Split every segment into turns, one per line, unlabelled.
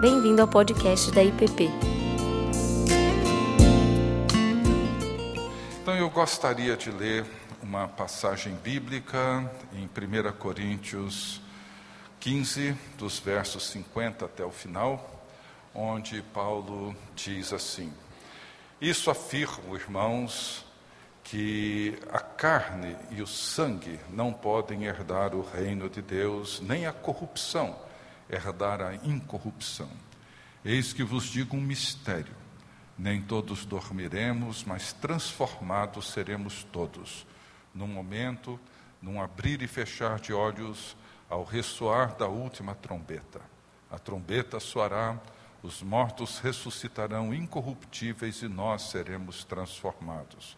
Bem-vindo ao podcast da IPP.
Então eu gostaria de ler uma passagem bíblica em 1 Coríntios 15, dos versos 50 até o final, onde Paulo diz assim: Isso afirmo, irmãos, que a carne e o sangue não podem herdar o reino de Deus, nem a corrupção herdar a incorrupção. Eis que vos digo um mistério: nem todos dormiremos, mas transformados seremos todos, num momento, num abrir e fechar de olhos, ao ressoar da última trombeta. A trombeta soará, os mortos ressuscitarão incorruptíveis e nós seremos transformados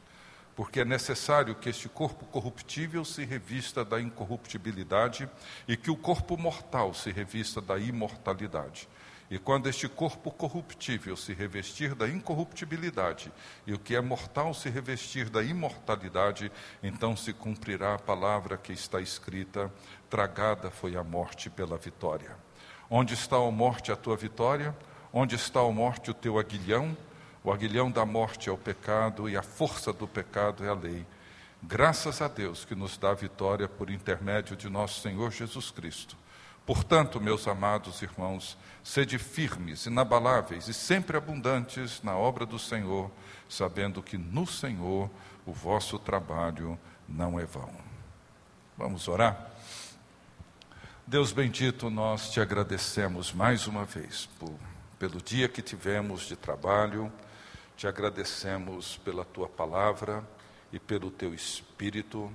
porque é necessário que este corpo corruptível se revista da incorruptibilidade e que o corpo mortal se revista da imortalidade. E quando este corpo corruptível se revestir da incorruptibilidade e o que é mortal se revestir da imortalidade, então se cumprirá a palavra que está escrita: Tragada foi a morte pela vitória. Onde está a morte, a tua vitória? Onde está a morte, o teu aguilhão? O aguilhão da morte é o pecado e a força do pecado é a lei. Graças a Deus que nos dá a vitória por intermédio de nosso Senhor Jesus Cristo. Portanto, meus amados irmãos, sede firmes, inabaláveis e sempre abundantes na obra do Senhor, sabendo que no Senhor o vosso trabalho não é vão. Vamos orar? Deus bendito, nós te agradecemos mais uma vez por, pelo dia que tivemos de trabalho. Te agradecemos pela tua palavra e pelo teu espírito.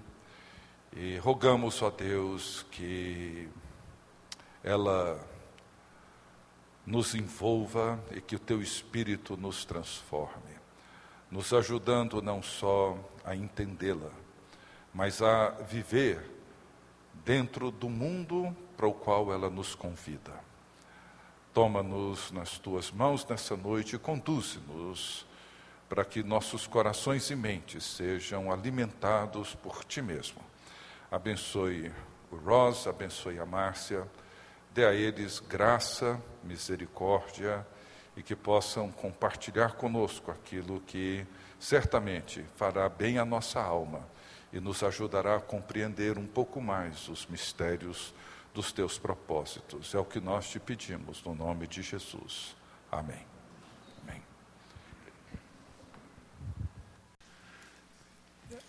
E rogamos, ó Deus, que ela nos envolva e que o teu espírito nos transforme, nos ajudando não só a entendê-la, mas a viver dentro do mundo para o qual ela nos convida. Toma-nos nas tuas mãos nessa noite e conduze-nos para que nossos corações e mentes sejam alimentados por Ti mesmo. Abençoe o Ross, abençoe a Márcia, dê a eles graça, misericórdia e que possam compartilhar conosco aquilo que certamente fará bem à nossa alma e nos ajudará a compreender um pouco mais os mistérios dos Teus propósitos. É o que nós te pedimos, no nome de Jesus. Amém.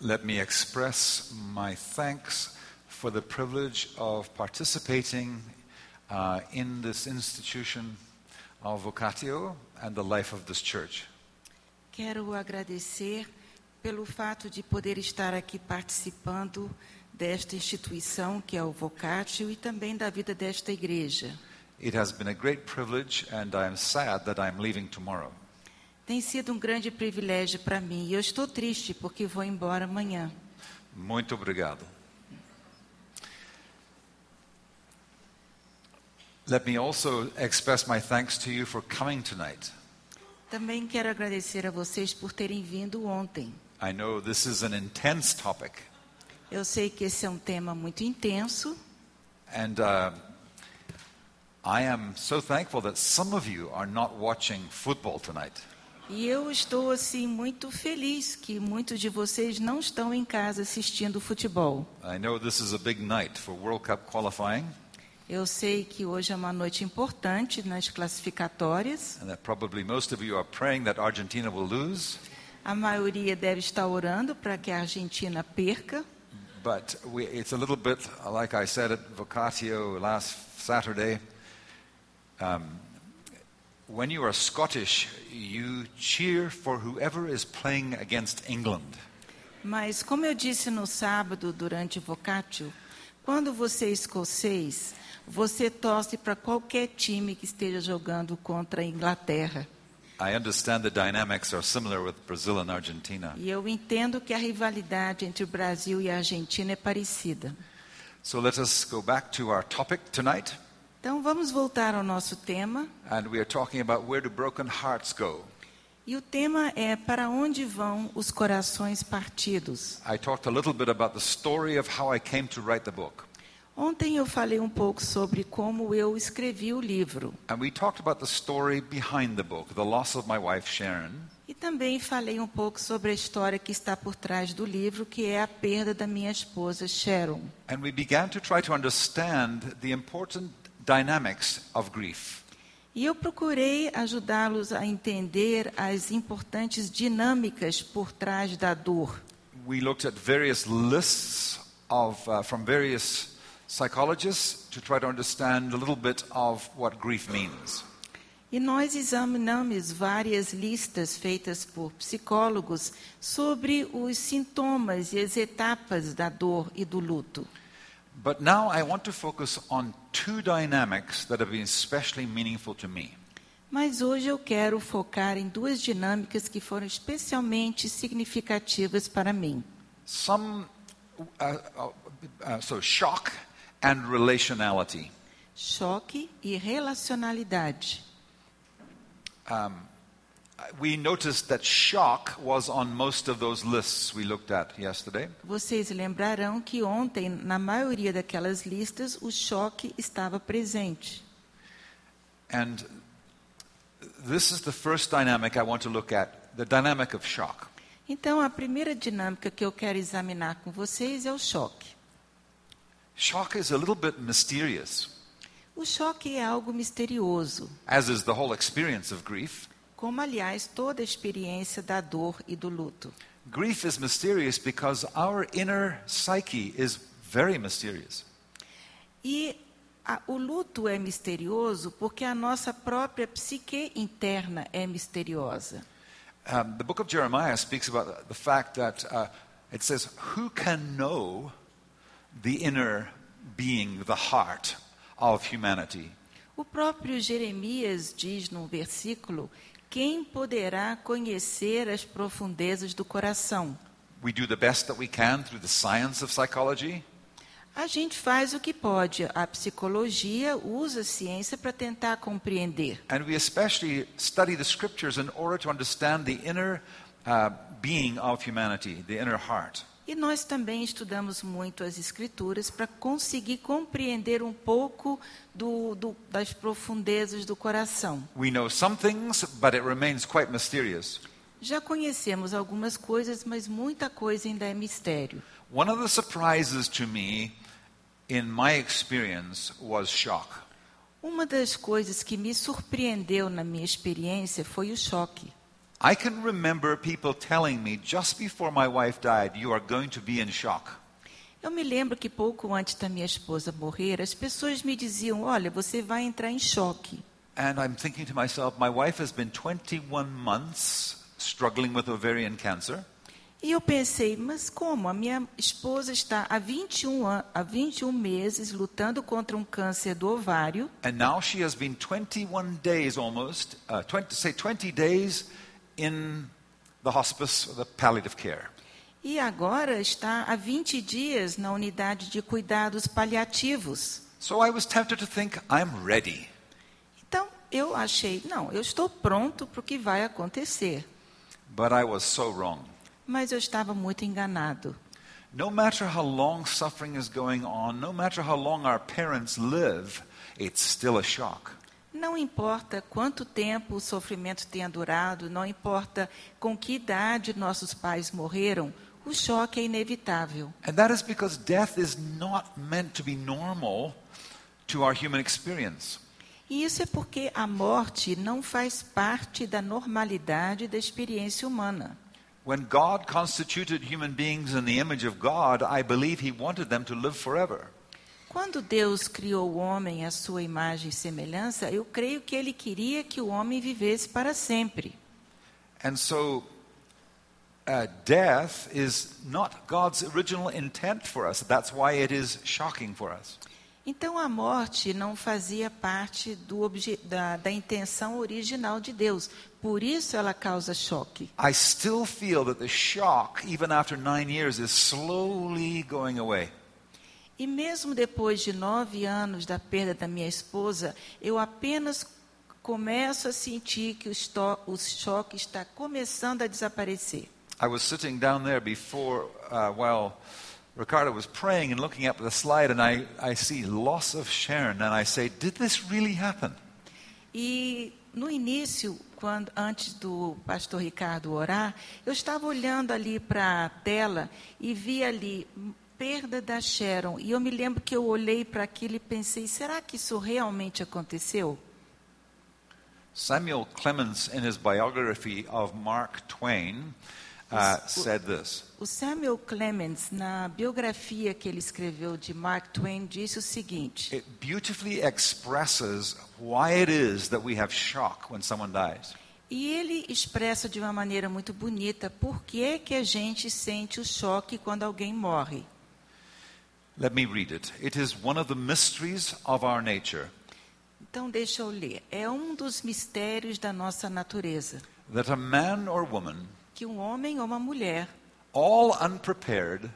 Let me express my thanks for the privilege of participating uh, in this institution of Vocatio and the life of this church.
Quero agradecer pelo fato de poder estar aqui participando desta instituição que é o Vocatio e também da vida desta igreja.
It has been a great privilege, and I am sad that I'm leaving tomorrow.
Tem sido um grande privilégio para mim e eu estou triste porque vou embora amanhã.
Muito obrigado. Let me also express my thanks to you for coming tonight.
Também quero agradecer a vocês por terem vindo ontem.
I know this is an intense topic,
Eu sei que esse é um tema muito intenso
and uh, I am so thankful that some of you are not watching football tonight.
e eu estou assim muito feliz que muitos de vocês não estão em casa assistindo futebol.
I know this is a big night for World Cup qualifying,
Eu sei que hoje é uma noite importante nas classificatórias.
and that probably most of you are praying that Argentina will lose,
A maioria deve estar orando para que a Argentina perca.
but we, it's a little bit like I said at Vocatio last Saturday. Um, when you are Scottish, you cheer for whoever is playing against England.
Mas, como eu disse no sábado, durante o vocátil, quando você é escocês, você torce para qualquer time que esteja jogando contra a Inglaterra.
I understand the dynamics are similar with Brazil and Argentina.
E eu entendo que a rivalidade entre o Brasil e a Argentina é parecida.
So let us go back to our topic tonight,
Então, vamos voltar ao nosso tema.
and we are talking about where do broken hearts go.
E o tema é Para onde vão os corações partidos?
I talked a little bit about the story of how I came to write the book.
Ontem eu falei um pouco sobre como eu escrevi o livro
And we talked about the story behind the book, the loss of my wife Sharon,
e também falei um pouco sobre a história que está por trás do livro, que é a perda da minha esposa Sharon.
and we began to try to understand the important dynamics of grief.
E eu procurei ajudá-los a entender as importantes dinâmicas por trás da dor.
We looked at various lists of, uh, from various psychologists to try to understand a little bit of what grief means.
E nós examinamos várias listas feitas por psicólogos sobre os sintomas e as etapas da dor e do luto.
But now I want to focus on two dynamics that have been especially meaningful to me.
Mas hoje eu quero focar em duas dinâmicas que foram especialmente significativas para mim.
Some, uh, uh, uh, so shock and relationality.
Choque e relacionalidade.
We noticed that shock was on most of those lists we looked at yesterday.
Vocês lembrarão que ontem, na maioria daquelas listas, o choque estava presente.
And this is the first dynamic I want to look at the dynamic of shock.
Então, a primeira dinâmica que eu quero examinar com vocês é o choque.
Shock is a little bit mysterious,
O choque é algo misterioso,
as is the whole experience of grief.
como, aliás, toda a experiência da dor e do luto.
Grief is mysterious because our inner psyche is very mysterious.
E a, o luto é misterioso porque a nossa própria psique interna é misteriosa.
Um, the book of Jeremiah speaks about the fact that uh, it says, Who can know the inner being, the heart of humanity?
O próprio Jeremias diz num versículo: Quem poderá conhecer as profundezas do coração?
We do the best that we can through the science of psychology,
A gente faz o que pode. A psicologia usa a ciência para tentar compreender.
and we especially study the scriptures in order to understand the inner uh, being of humanity, the inner heart.
E nós também estudamos muito as escrituras para conseguir compreender um pouco do- do- das profundezas do coração.
We know some things, but it remains quite mysterious.
Já conhecemos algumas coisas, mas muita coisa ainda é mistério.
One of the surprises to me in my experience was shock.
Uma das coisas que me surpreendeu na minha experiência foi o choque.
I can remember people telling me just before my wife died, you are going to be in shock.
Eu me lembro que pouco antes da minha esposa morrer, as pessoas me diziam: Olha, você vai entrar em choque.
And I'm thinking to myself, my wife has been 21 months struggling with ovarian cancer.
E eu pensei, mas como? A minha esposa está há 21, an- há 21 meses lutando contra um câncer do ovário
And now she has been 21 days almost, uh, 20, say 20 days in the hospice, or the palliative care.
e agora está há 20 dias na unidade de cuidados paliativos.
So I was tempted to think, I'm ready.
Então eu achei, não, eu estou pronto para o que vai acontecer.
But I was so wrong.
Mas eu estava muito enganado.
No matter how long suffering is going on, no matter how long our parents live, it's still a shock.
Não importa quanto tempo o sofrimento tenha durado, não importa com que idade nossos pais morreram, o choque é inevitável.
And that is because death is not meant to be normal to our human experience.
E isso é porque a morte não faz parte da normalidade da experiência humana.
When God constituted human beings in the image of God, I believe He wanted them to live forever.
Quando Deus criou o homem à sua imagem e semelhança, eu creio que ele queria que o homem vivesse para sempre.
And so, uh, death is not God's original intent for us. That's why it is shocking for us.
Então a morte não fazia parte do obje- da, da intenção original de Deus. Por isso ela causa choque.
I still feel that the shock, even after nine years, is slowly going away.
E mesmo depois de nove anos da perda da minha esposa, eu apenas começo a sentir que o, esto- o choque está começando a desaparecer.
I was sitting down there before, uh, while Ricardo was praying and looking up at the slide, and I, I see loss of Sharon, and I say, Did this really happen?
E no início, quando antes do pastor Ricardo orar, eu estava olhando ali para a tela e vi ali hum, perda da Sharon. E eu me lembro que eu olhei para aquilo e pensei: será que isso realmente aconteceu?
Samuel Clemens, in his biography of Mark Twain, uh, said this
O Samuel Clemens, na biografia que ele escreveu de Mark Twain, disse o seguinte:
It beautifully expresses why it is that we have shock when someone dies.
E ele expressa de uma maneira muito bonita por que é que a gente sente o choque quando alguém morre.
Let me read it. It is one of the mysteries of our nature
Então deixa eu ler. É um dos mistérios da nossa natureza
that a man or woman,
que um homem ou uma mulher,
all unprepared,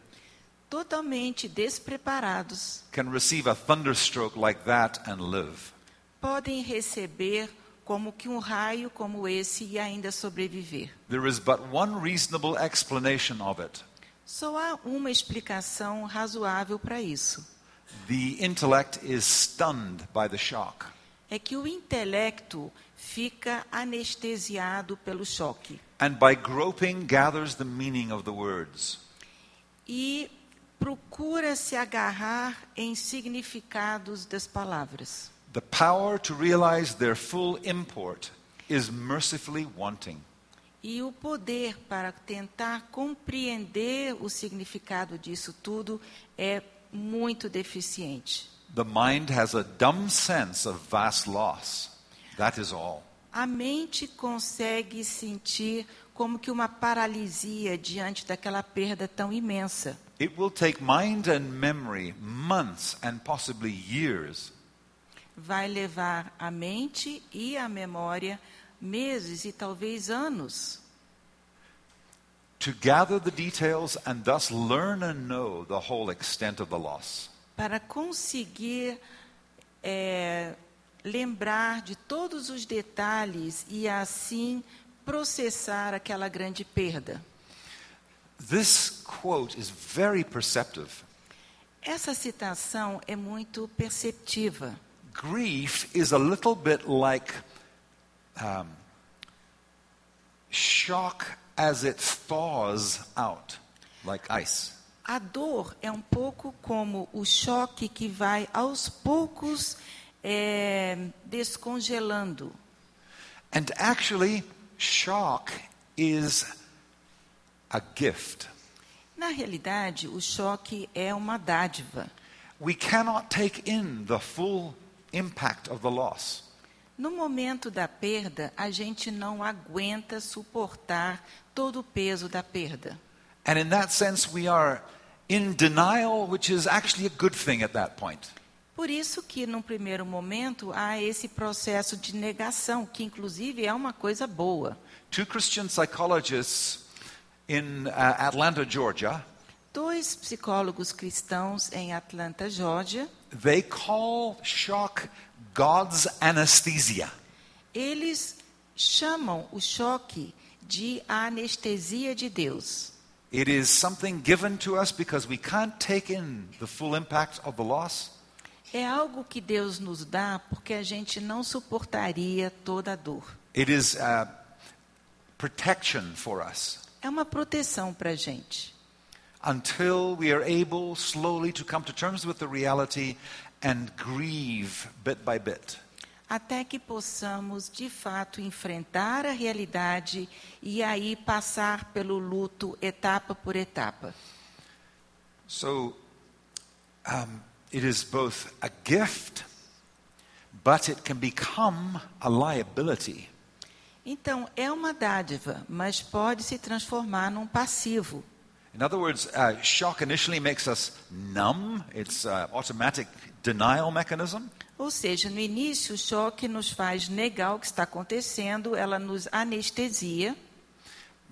totalmente despreparados,
can receive a thunderstroke like that and live.
podem receber como que um raio como esse e ainda sobreviver.
There is but one reasonable explanation of it.
Só há uma explicação razoável para isso.
The intellect is stunned by the shock.
É que o intelecto fica anestesiado pelo choque.
and by groping gathers the meaning of the words.
e procura se agarrar em significados das palavras.
The power to realize their full import is mercifully wanting.
E o poder para tentar compreender o significado disso tudo é muito deficiente.
The mind has a dumb sense of vast loss. That is all.
A mente consegue sentir como que uma paralisia diante daquela perda tão imensa.
It will take mind and memory months and possibly years
Vai levar a mente e a memória meses e talvez anos
to gather the details and thus learn and know the whole extent of the loss.
para conseguir eh, lembrar de todos os detalhes e assim processar aquela grande perda.
This quote is very perceptive.
Essa citação é muito perceptiva.
grief is a little bit like um, shock as it thaws out, like ice.
A dor é um pouco como o choque que vai aos poucos eh, descongelando.
And actually, shock is a gift.
Na realidade, o choque é uma dádiva.
We cannot take in the full impact of the loss.
No momento da perda, a gente não aguenta suportar todo o peso da perda.
And in that sense, we are in denial, which is actually a good thing at that point.
Por isso que, num primeiro momento, há esse processo de negação, que inclusive é uma coisa boa.
Two Christian psychologists in uh, Atlanta, Georgia,
Dois psicólogos cristãos em Atlanta, Geórgia,
They call shock God's anesthesia.
eles chamam o choque de a anestesia de Deus.
It is something given to us because we can't take in the full impact of the loss,
É algo que Deus nos dá porque a gente não suportaria toda a dor.
it is uh, protection for us
É uma proteção para a gente.
until we are able slowly to come to terms with the reality and grieve bit by bit.
até que possamos de fato enfrentar a realidade e aí passar pelo luto etapa por etapa.
So um, it is both a gift, but it can become a liability.
Então, é uma dádiva, mas pode se transformar num passivo.
In other words, uh, shock initially makes us numb. It's an automatic denial mechanism.
Ou seja, no início, o choque nos faz negar o que está acontecendo, ela nos anestesia,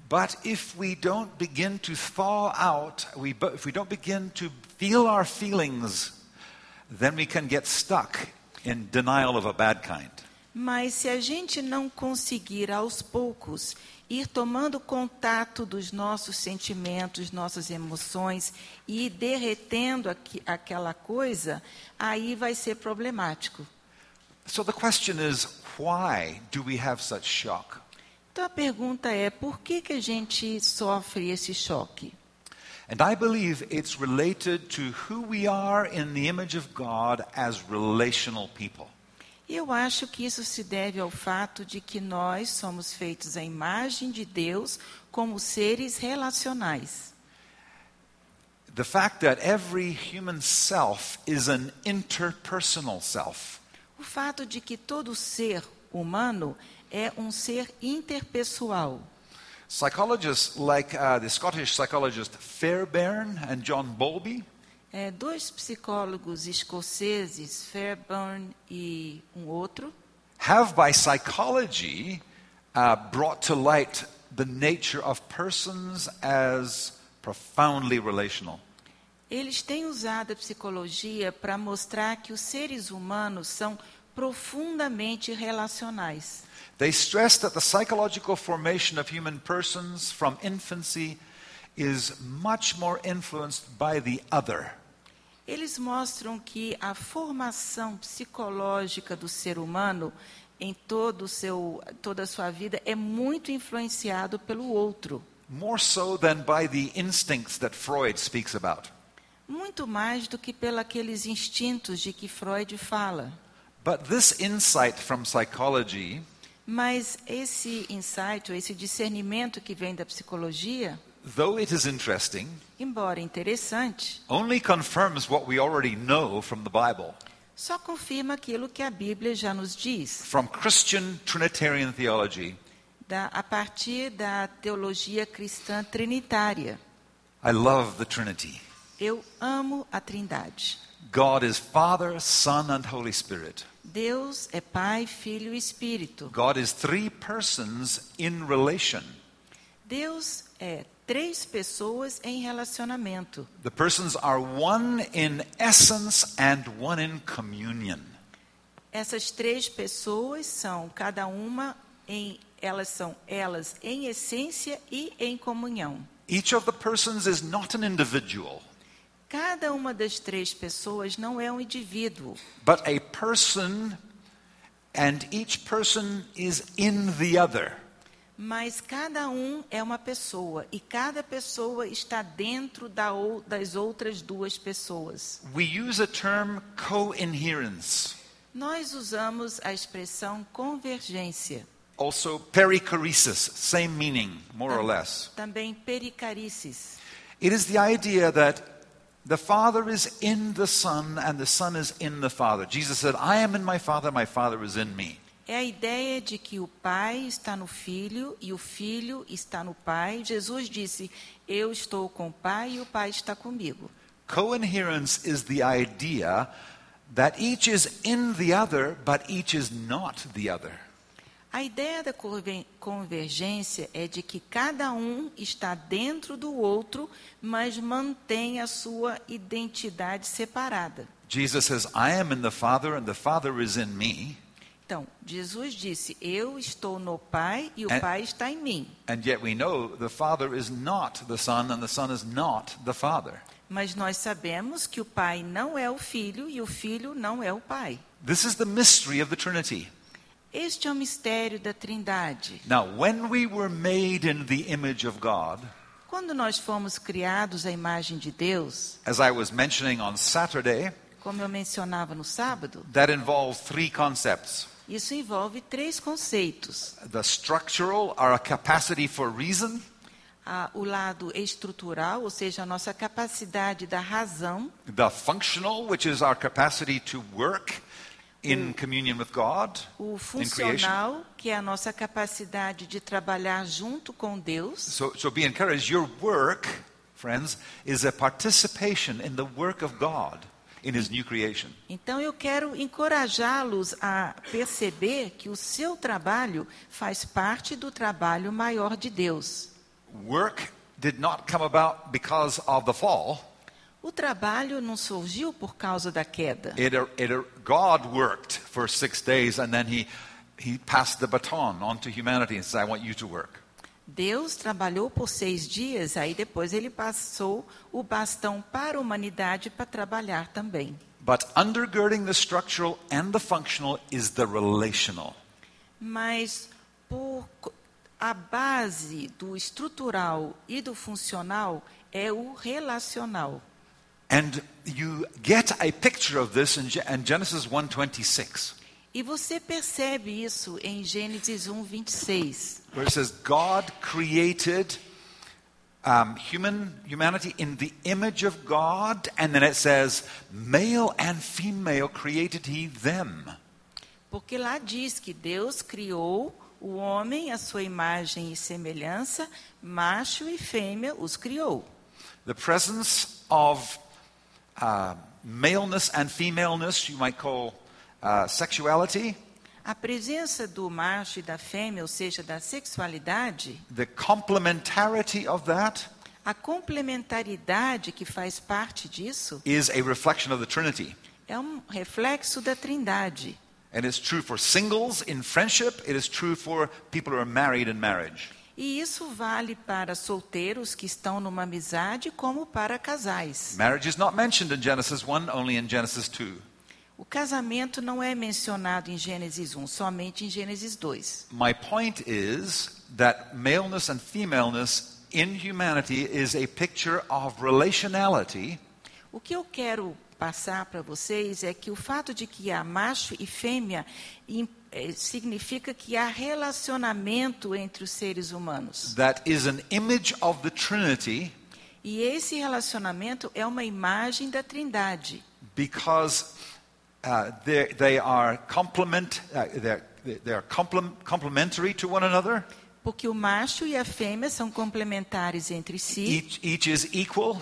But if we don't begin to thaw out, we, bu- if we don't begin to feel our feelings, then we can get stuck in denial of a bad kind.
Mas se a gente não conseguir aos poucos ir tomando contato dos nossos sentimentos, nossas emoções e derretendo aqui, aquela coisa, aí vai ser problemático.
So the question is why do we have such shock?
Então a pergunta é: por que, que a gente sofre esse choque?
And I believe it's related to who we are in the image of God as relational people.
E Eu acho que isso se deve ao fato de que nós somos feitos à imagem de Deus como seres relacionais.
The fact that every human self is an interpersonal self.
O fato de que todo ser humano é um ser interpessoal.
Psychologists like uh, the Scottish psychologist Fairbairn and John Bowlby
É, dois psicólogos escoceses, Fairbairn e um outro,
have by psychology uh, brought to light the nature of persons as profoundly relational.
eles têm usado a psicologia para mostrar que os seres humanos são profundamente relacionais.
They stress that the psychological formation of human persons from infancy is much more influenced by the other
Eles mostram que a formação psicológica do ser humano em todo o seu, toda a sua vida é muito influenciado pelo outro,
more so than by the instincts that Freud speaks about.
muito mais do que pelos aqueles instintos de que Freud fala.
But this insight from psychology
Mas esse insight, ou esse discernimento que vem da psicologia,
though it is interesting,
embora interessante,
only confirms what we already know from the Bible,
só confirma aquilo que a Bíblia já nos diz,
from Christian Trinitarian theology.
da, a partir da teologia cristã trinitária.
I love the Trinity.
Eu amo a Trindade.
God is Father, Son, and Holy Spirit.
Deus é Pai, Filho e Espírito.
God is three persons in relation.
Deus é três pessoas em relacionamento.
The persons are one in essence and one in communion.
Essas três pessoas são cada uma em elas são elas em essência e em comunhão.
Each of the persons is not an individual,
Cada uma das três pessoas não é um indivíduo,
but a person, and each person is in the other.
mas cada um é uma pessoa e cada pessoa está dentro da ou, das outras duas pessoas.
We use a term coinherence,
Nós usamos a expressão convergência,
also perichoresis, same meaning, more or less.
também pericarices.
It is the idea that the Father is in the Son and the Son is in the Father. Jesus said, I am in my Father, my Father is in me.
É a ideia de que o Pai está no Filho e o Filho está no Pai. Jesus disse: Eu estou com o Pai e o Pai está comigo.
Coinherence is the idea that each is in the other, but each is not the other.
A ideia da conver- convergência é de que cada um está dentro do outro, mas mantém a sua identidade separada.
Jesus says, I am in the Father, and the Father is in me,
Então, Jesus disse: Eu estou no Pai e o
É-
Pai está em mim.
and yet we know the Father is not the Son, and the Son is not the Father.
Mas nós sabemos que o Pai não é o Filho e o Filho não é o Pai.
This is the mystery of the Trinity.
Este é o mistério da Trindade.
Now, when we were made in the image of God,
Quando nós fomos criados à imagem de Deus,
as I was mentioning on Saturday,
como eu mencionava no sábado,
That involves three concepts
isso envolve três conceitos:
the structural, our capacity for reason,
Ah, o lado estrutural, ou seja, a nossa capacidade da razão,
the functional, which is our capacity to work in communion with God,
o
in creation.
funcional, que é a nossa capacidade de trabalhar junto com Deus.
So, so be encouraged. Your work, friends, is a participation in the work of God in His new creation.
Então eu quero encorajá-los a perceber que o seu trabalho faz parte do trabalho maior de Deus.
Work did not come about because of the fall.
O trabalho não
uh,
surgiu por causa da queda.
It, it, God worked for six days and then He he passed the baton on to humanity and said, I want you to work.
Deus trabalhou por seis dias, aí depois ele passou o bastão para a humanidade para trabalhar também.
But undergirding the structural and the functional is the relational.
Mas por co- a base do estrutural e do funcional é o relacional.
And you get a picture of this in, Ge- in Genesis 1:26,
E você percebe isso em Gênesis 1, 26.
where it says God created um, human humanity in the image of God, and then it says male and female created He them.
Porque lá diz que Deus criou o homem à sua imagem e semelhança, macho e fêmea os criou.
The presence of uh, maleness and femaleness, you might call uh, sexuality,
A presença do macho e da fêmea, ou seja, da sexualidade,
the complementarity of that
a complementaridade que faz parte disso,
is a reflection of the Trinity.
é um reflexo da trindade.
And it's true for singles in friendship, it is true for people who are married in marriage.
E isso vale para solteiros que estão numa amizade, como para casais.
Marriage is not mentioned in Genesis 1, only in Genesis 2.
O casamento não é mencionado em Gênesis 1, somente em Gênesis 2.
My point is that maleness and femaleness in humanity is a picture of relationality
O que eu quero passar para vocês é que o fato de que há macho e fêmea im- eh, significa que há relacionamento entre os seres humanos.
that is an image of the Trinity
E esse relacionamento é uma imagem da Trindade,
because uh, they, they are complement, uh, they're, they're complem- complementary to one another.
porque o macho e a fêmea são complementares entre si,
Each, each is equal.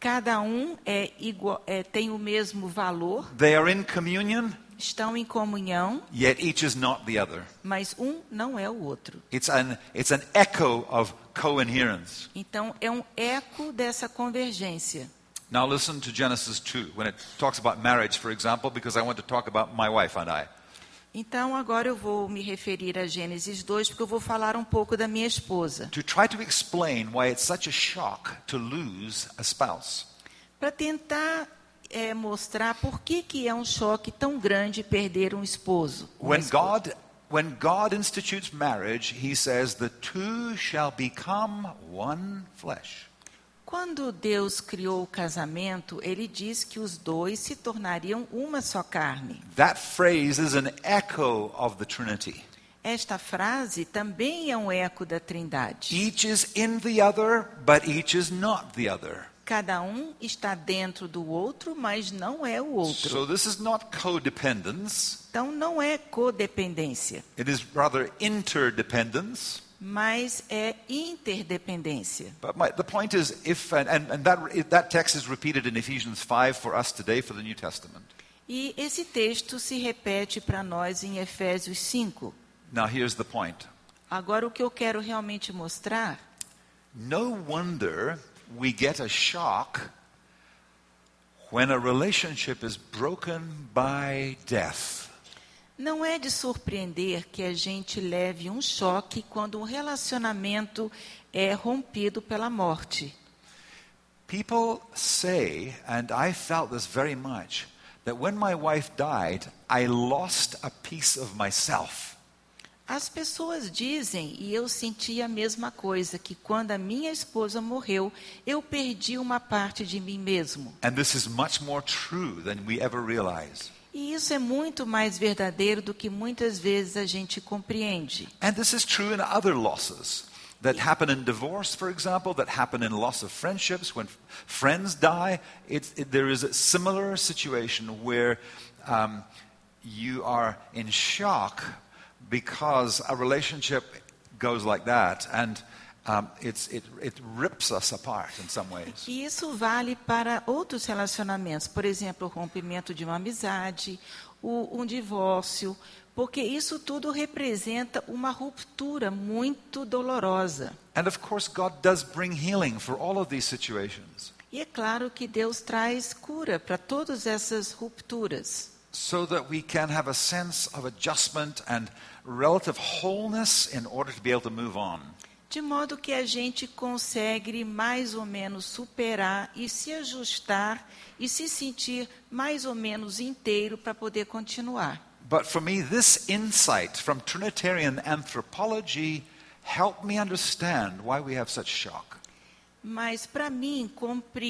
cada um é igua- eh, tem o mesmo valor,
They are in communion,
estão em comunhão,
yet each is not the other.
mas um não é o outro.
It's an, it's an echo of coherence.
Então é um eco dessa convergência.
Now listen to Genesis 2 when it talks about marriage, for example, because I want to talk about my wife and I.
Então, agora eu vou me referir a Gênesis 2, porque eu vou falar um pouco da minha esposa.
To try to explain why it's such a shock to lose a spouse.
Para tentar eh, mostrar por que, que é um choque tão grande perder um esposo. uma
When
esposa.
God, when God institutes marriage, he says, the two shall become one flesh.
Quando Deus criou o casamento, ele diz que os dois se tornariam uma só carne.
That phrase is an echo of the Trinity.
Esta frase também é um eco da Trindade.
Each is in the other, but each is not the other.
Cada um está dentro do outro, mas não é o outro.
So this is not codependence,
Então, não é codependência,
it is rather interdependence.
mas é interdependência.
But my, the point is, if and, and, and that, that text is repeated in Ephesians 5 for us today for the New Testament.
E esse texto se repete para nós em Efésios 5.
Now here's the point.
Agora, o que eu quero realmente mostrar
No wonder we get a shock when a relationship is broken by death.
não é de surpreender que a gente leve um choque quando um relacionamento é rompido pela morte.
People say, and I felt this very much, that when my wife died, I lost a piece of myself.
As pessoas dizem, e eu senti a mesma coisa, que quando a minha esposa morreu, eu perdi uma parte de mim mesmo.
And this is much more true than we ever realize.
E isso é muito mais verdadeiro do que muitas vezes a gente compreende.
And this is true in other losses that happen in divorce, for example, that happen in loss of friendships. When f- friends die, it's, it, there is a similar situation where um, you are in shock because a relationship goes like that and um, it's, it, it rips us apart in some ways.
E isso vale para outros relacionamentos, por exemplo, o rompimento de uma amizade, o, um divórcio, porque isso tudo representa uma ruptura muito dolorosa.
And of course, God does bring healing for all of these situations.
E é claro que Deus traz cura para todas essas rupturas.
so that we can have a sense of adjustment and relative wholeness in order to be able to move on.
De modo que a gente consegue mais ou menos superar e se ajustar e se sentir mais ou menos inteiro para poder continuar.
But for me, this insight from Trinitarian anthropology helped me understand why we have such shock.
Mas para mim,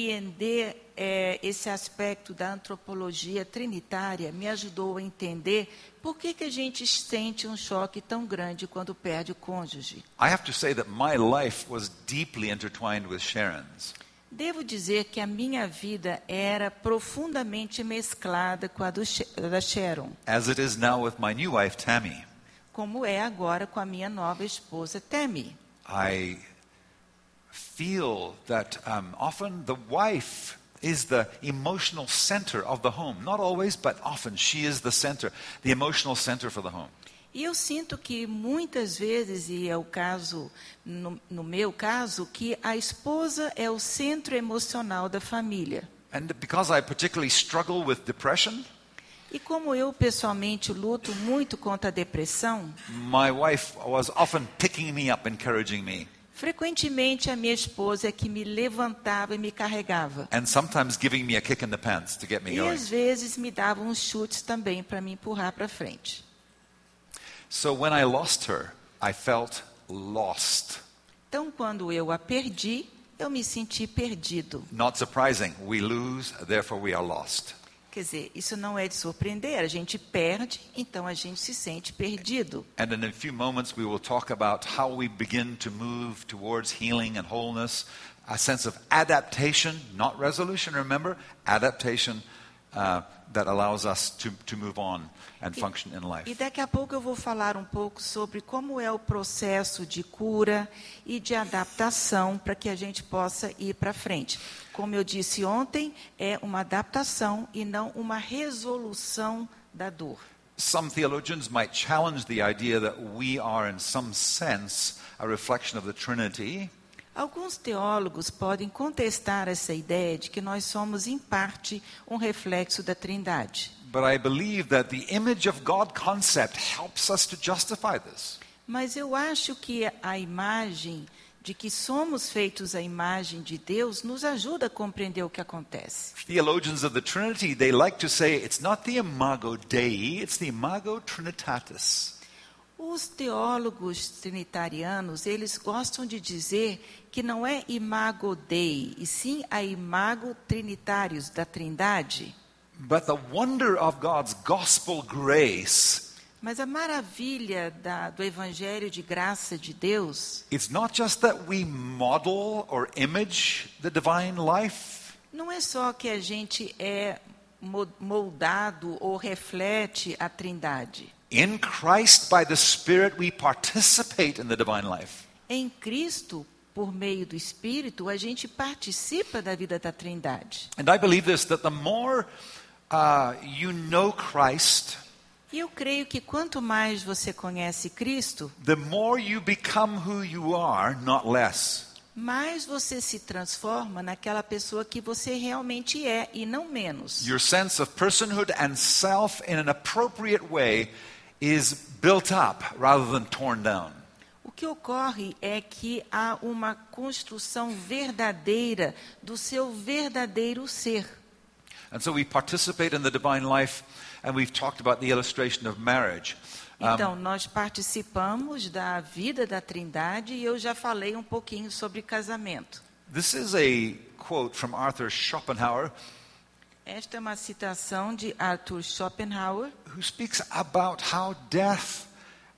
compreender eh, esse aspecto da antropologia trinitária me ajudou a entender por que, que a gente sente um choque tão grande quando perde o cônjuge.
I have to say that my life was deeply intertwined with Sharon's.
Devo dizer que a minha vida era profundamente mesclada com a do She- da Sharon,
as it is now with my new wife, Tammy.
como é agora com a minha nova esposa Temi.
I feel that um, often the wife is the emotional center of the home. Not always, but often she is the center, the emotional center for the home.
E eu sinto que muitas vezes, e é o caso, no, no meu caso, que a esposa é o centro emocional da família.
And because I particularly struggle with depression,
E como eu pessoalmente luto muito contra a depressão,
my wife was often picking me up, encouraging me,
frequentemente a minha esposa é que me levantava e me carregava.
and sometimes giving me a kick in the pants to get me
E
going.
às vezes me dava uns chutes também para me empurrar para frente.
So when I lost her, I felt lost.
Então, quando eu a perdi, eu me senti perdido.
Not surprising. We lose, therefore we are lost.
Quer dizer, isso não é de surpreender. A gente perde, então a gente se sente perdido.
And in a few moments, we will talk about how we begin to move towards healing and wholeness, a sense of adaptation, not resolution, remember? Adaptation uh, that allows us to, to move on and function in
E
life.
daqui a pouco eu vou falar um pouco sobre como é o processo de cura e de adaptação para que a gente possa ir para frente. Como eu disse ontem, é uma adaptação e não uma resolução da dor.
Some theologians might challenge the idea that we are, in some sense, a reflection of the Trinity,
Alguns teólogos podem contestar essa ideia de que nós somos, em parte, um reflexo da Trindade.
but I believe that the image of God concept helps us to justify this.
Mas eu acho que a imagem de que somos feitos à imagem de Deus nos ajuda a compreender o que acontece.
Theologians of the Trinity, they like to say it's not the imago Dei, it's the imago Trinitatis.
Os teólogos trinitarianos, eles gostam de dizer que não é imago Dei, e sim a imago trinitários da Trindade.
But the wonder of God's gospel grace,
Mas a maravilha da- do Evangelho de graça de Deus
it's not just that we model or image the divine life,
não é só que a gente é mo- moldado ou reflete a Trindade.
in Christ by the Spirit we participate in the divine life.
Em Cristo, por meio do Espírito, a gente participa da vida da Trindade.
And I believe this that the more uh, you know Christ,
E eu creio que quanto mais você conhece Cristo,
the more you become who you are, not less.
mais você se transforma naquela pessoa que você realmente é e não menos.
Your sense of personhood and self in an appropriate way is built up rather than torn down.
O que ocorre é que há uma construção verdadeira do seu verdadeiro ser.
And so we participate in the divine life, and we've talked about the illustration of marriage. Um,
Então, nós participamos da vida da Trindade e eu já falei um pouquinho sobre casamento.
this is a quote from Arthur Schopenhauer,
Esta é uma citação de Arthur Schopenhauer,
who speaks about how death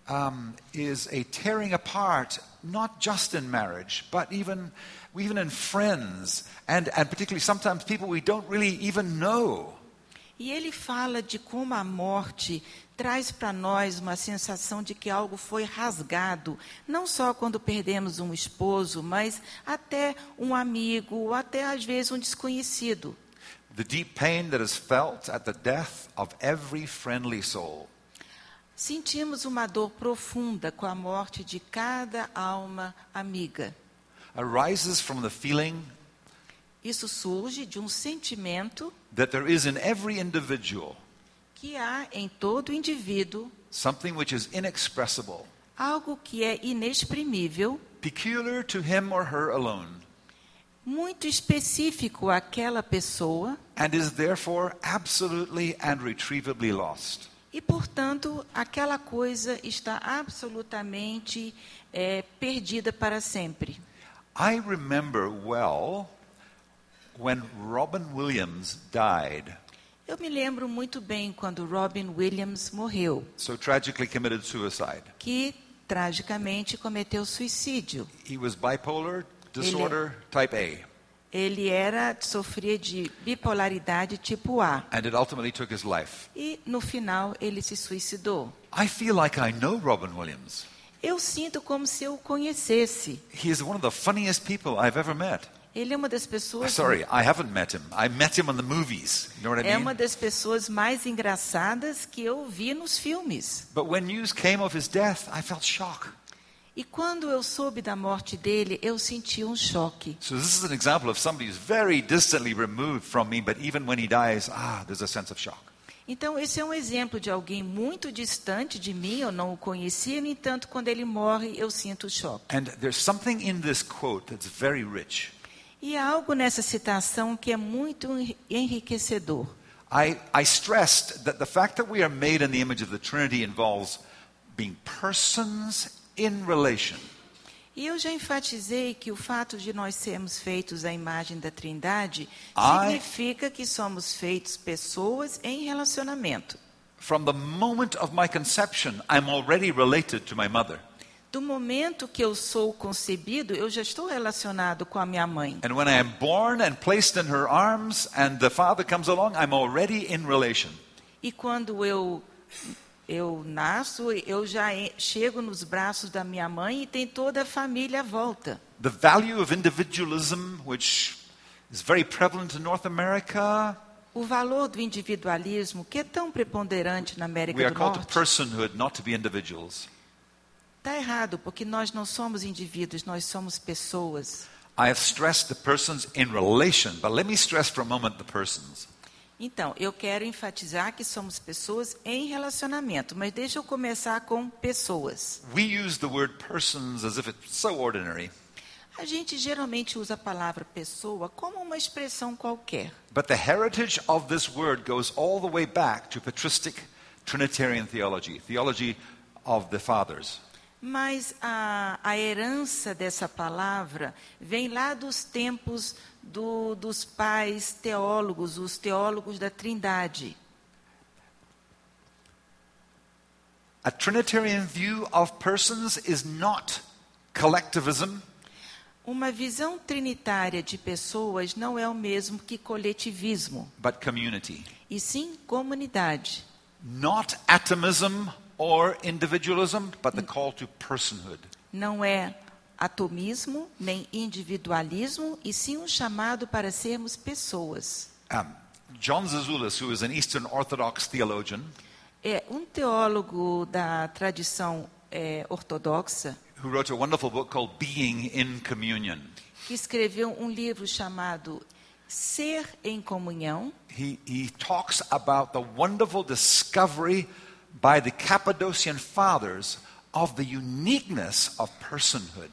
um, is a tearing apart, not just in marriage, but even, even in friends, and, and particularly sometimes people we don't really even know.
e ele fala de como a morte traz para nós uma sensação de que algo foi rasgado, não só quando perdemos um esposo, mas até um amigo, ou até às vezes um desconhecido.
The deep pain that is felt at the death of every friendly soul.
Sentimos uma dor profunda com a morte de cada alma amiga.
arises from the feeling
Isso surge de um sentimento
that there is in every individual
que há em todo indivíduo
something which is inexpressible,
algo que é inexprimível,
peculiar to him or her alone,
muito específico àquela pessoa
and is therefore absolutely and retrievably lost.
e, portanto, aquela coisa está absolutamente eh, perdida para sempre.
I remember well when Robin Williams died,
Eu me lembro muito bem quando Robin Williams morreu,
so tragically committed suicide.
que tragicamente cometeu suicídio.
He was bipolar disorder type A,
Ele era sofria de bipolaridade tipo A
and it ultimately took his life.
e no final ele se suicidou.
I feel like I know Robin Williams.
Eu sinto como se eu o conhecesse.
He is one of the funniest people I've ever met.
Ele é uma das pessoas
Sorry, I haven't met him. I met him on the movies. You know what
é
I
uma
mean?
das pessoas mais engraçadas que eu vi nos filmes.
But when news came of his death, I felt shock.
E quando eu soube da morte dele, eu senti um choque.
So this is an example of somebody who's very distantly removed from me, but even when he dies, ah, there's a sense of shock.
Então, esse é um exemplo de alguém muito distante de mim, eu não o conhecia, no entanto, quando ele morre, eu sinto o choque.
And there's something in this quote that's very rich.
E há algo nessa citação que é muito enri- enriquecedor.
I, I stressed that the fact that we are made in the image of the Trinity involves being persons in relation.
E eu já enfatizei que o fato de nós sermos feitos à imagem da Trindade
Ai.
significa que somos feitos pessoas em relacionamento.
From the moment of my conception, I'm already related to my mother.
Do momento que eu sou concebido, eu já estou relacionado com a minha mãe.
And when I am born and placed in her arms and the father comes along, I'm already in relation.
E quando eu eu nasço, eu já e- chego nos braços da minha mãe e tem toda a família à volta.
The value of individualism, which is very prevalent in North America,
O valor do individualismo, que é tão preponderante na
we
América
are
do
called to
Norte,
personhood, not to be individuals.
está errado, porque nós não somos indivíduos, nós somos pessoas.
I have stressed the persons in relation, but let me stress for a moment the persons.
Então, eu quero enfatizar que somos pessoas em relacionamento, mas deixa eu começar com pessoas.
We use the word persons as if it's so ordinary,
A gente geralmente usa a palavra pessoa como uma expressão qualquer.
but the heritage of this word goes all the way back to patristic Trinitarian theology, theology of the fathers.
Mas a, a herança dessa palavra vem lá dos tempos do- dos pais teólogos, os teólogos da Trindade.
A Trinitarian view of persons is not collectivism,
Uma visão trinitária de pessoas não é o mesmo que coletivismo,
but community.
e sim comunidade.
Not atomism or individualism, but the call to personhood.
Não é atomismo nem individualismo, e sim um chamado para sermos pessoas.
Um, John Zazoulis, who is an Eastern Orthodox theologian,
É um teólogo da tradição eh, ortodoxa
who wrote a wonderful book called Being in Communion.
que escreveu um livro chamado Ser em Comunhão.
He, he talks about the wonderful discovery by the Cappadocian fathers of the uniqueness of personhood.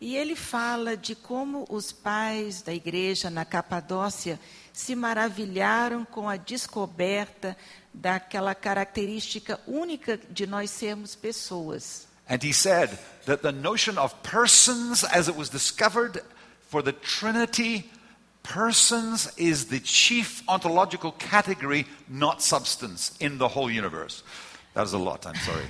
E ele fala de como os pais da igreja na Capadócia se maravilharam com a descoberta daquela característica única de nós sermos pessoas.
And he said that the notion of persons as it was discovered for the Trinity, persons is the chief ontological category, not substance, in the whole universe. That was a lot, I'm sorry.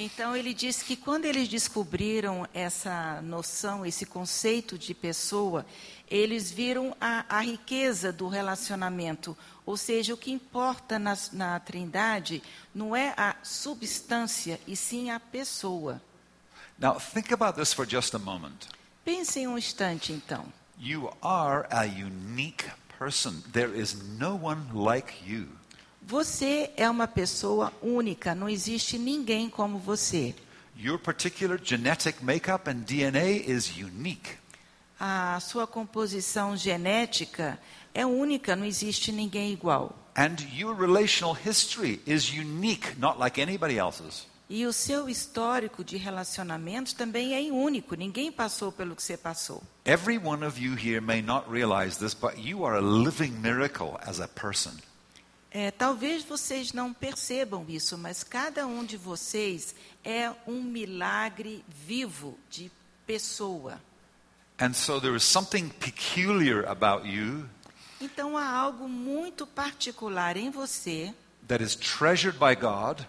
Então ele diz que quando eles descobriram essa noção, esse conceito de pessoa, eles viram a, a riqueza do relacionamento. Ou seja, o que importa na, na Trindade não é a substância, e sim a pessoa.
now, think about this for just a moment.
Pensem um instante, então.
You are a unique person. There is no one like you.
Você é uma pessoa única, não existe ninguém como você.
Your particular genetic makeup and DNA is unique.
A sua composição genética é única, não existe ninguém igual.
And your relational history is unique, not like anybody else's.
E o seu histórico de relacionamentos também é único. Ninguém passou pelo que você passou.
Every one of you here may not realize this, but you are a living miracle as a person.
É, talvez vocês não percebam isso, mas cada um de vocês é um milagre vivo de pessoa.
And so there is something peculiar about you
Então há algo muito particular em você
that is treasured by God,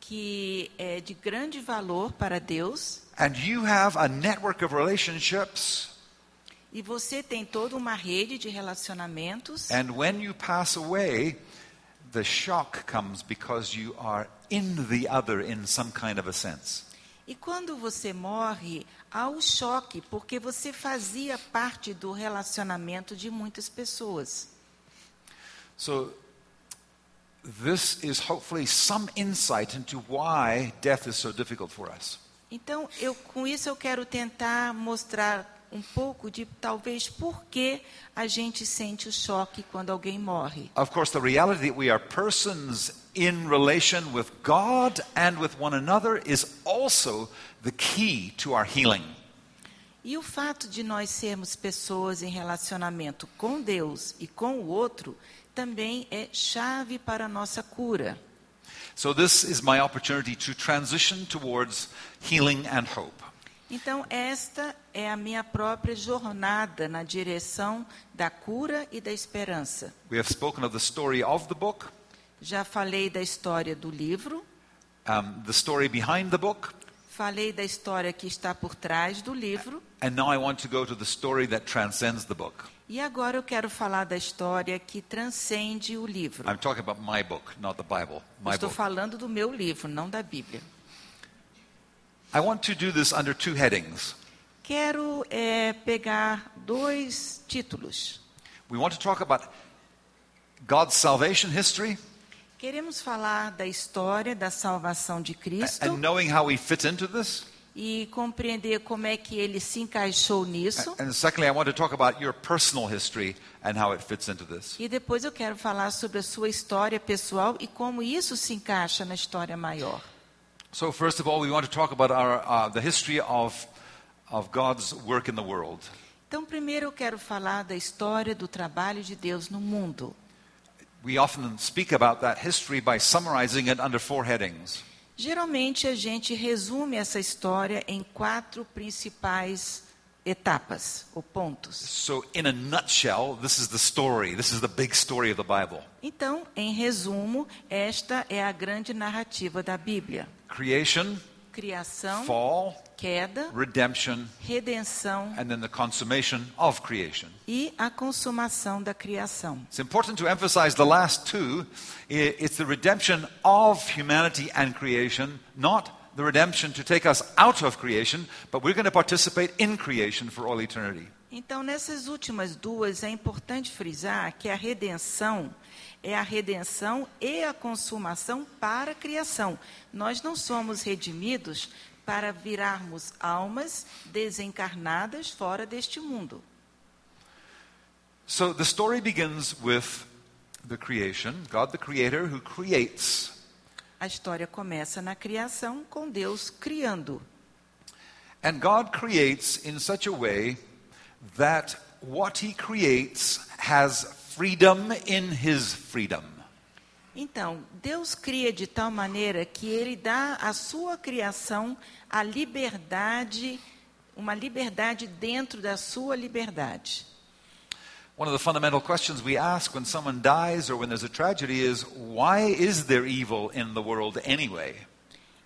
que é de grande valor para Deus
and you have a network of relationships.
e você tem toda uma rede de relacionamentos.
And when you pass away, the shock comes because you are in the other in some kind of a sense.
E quando você morre, há o choque, porque você fazia parte do relacionamento de muitas pessoas.
So, this is hopefully some insight into why death is so difficult for us.
Então, eu, com isso eu quero tentar mostrar um pouco de talvez por que a gente sente o choque quando alguém morre.
Of course, the reality that we are persons in relation with God and with one another is also the key to our healing.
E o fato de nós sermos pessoas em relacionamento com Deus e com o outro também é chave para a nossa cura.
So, this is my opportunity to transition towards healing and hope.
Então, esta é a minha própria jornada na direção da cura e da esperança.
We have spoken of the story of the book,
Já falei da história do livro,
um, the story behind the book,
falei da história que está por trás do livro,
and now I want to go to the story that transcends the book.
e agora eu quero falar da história que transcende o livro.
I'm talking about my book, not the Bible.
Eu
My
estou
book.
falando do meu livro, não da Bíblia.
I want to do this under two headings.
Quero eh, pegar dois títulos.
We want to talk about God's salvation history
Queremos falar da história da salvação de Cristo
and knowing how we fit into this.
e compreender como é que ele se encaixou nisso.
And secondly, I want to talk about your personal history and how it fits into this.
E depois eu quero falar sobre a sua história pessoal e como isso se encaixa na história maior.
So, first of all, we want to talk about our, uh, the history of, of God's work in the world.
Então, primeiro eu quero falar da história do trabalho de Deus no mundo.
We often speak about that history by summarizing it under four headings.
Geralmente a gente resume essa história em quatro principais etapas ou pontos.
So, in a nutshell, this is the story. This is the big story of the Bible.
Então, em resumo, esta é a grande narrativa da Bíblia:
Creation,
criação,
fall,
queda,
redemption,
redenção
and then the consummation of creation.
e a consumação da criação.
It's important to emphasize the last two. I- It's the redemption of humanity and creation, not the redemption to take us out of creation, but we're going to participate in creation for all eternity.
Então, nessas últimas duas, é importante frisar que a redenção é a redenção e a consumação para a criação. Nós não somos redimidos para virarmos almas desencarnadas fora deste mundo.
So the story begins with the creation, God the Creator who creates.
A história começa na criação, com Deus criando.
And God creates in such a way that what He creates has freedom in His freedom.
Então, Deus cria de tal maneira que ele dá à sua criação a liberdade, uma liberdade dentro da sua liberdade.
One of the fundamental questions we ask when someone dies or when there's a tragedy is why is there evil in the world anyway?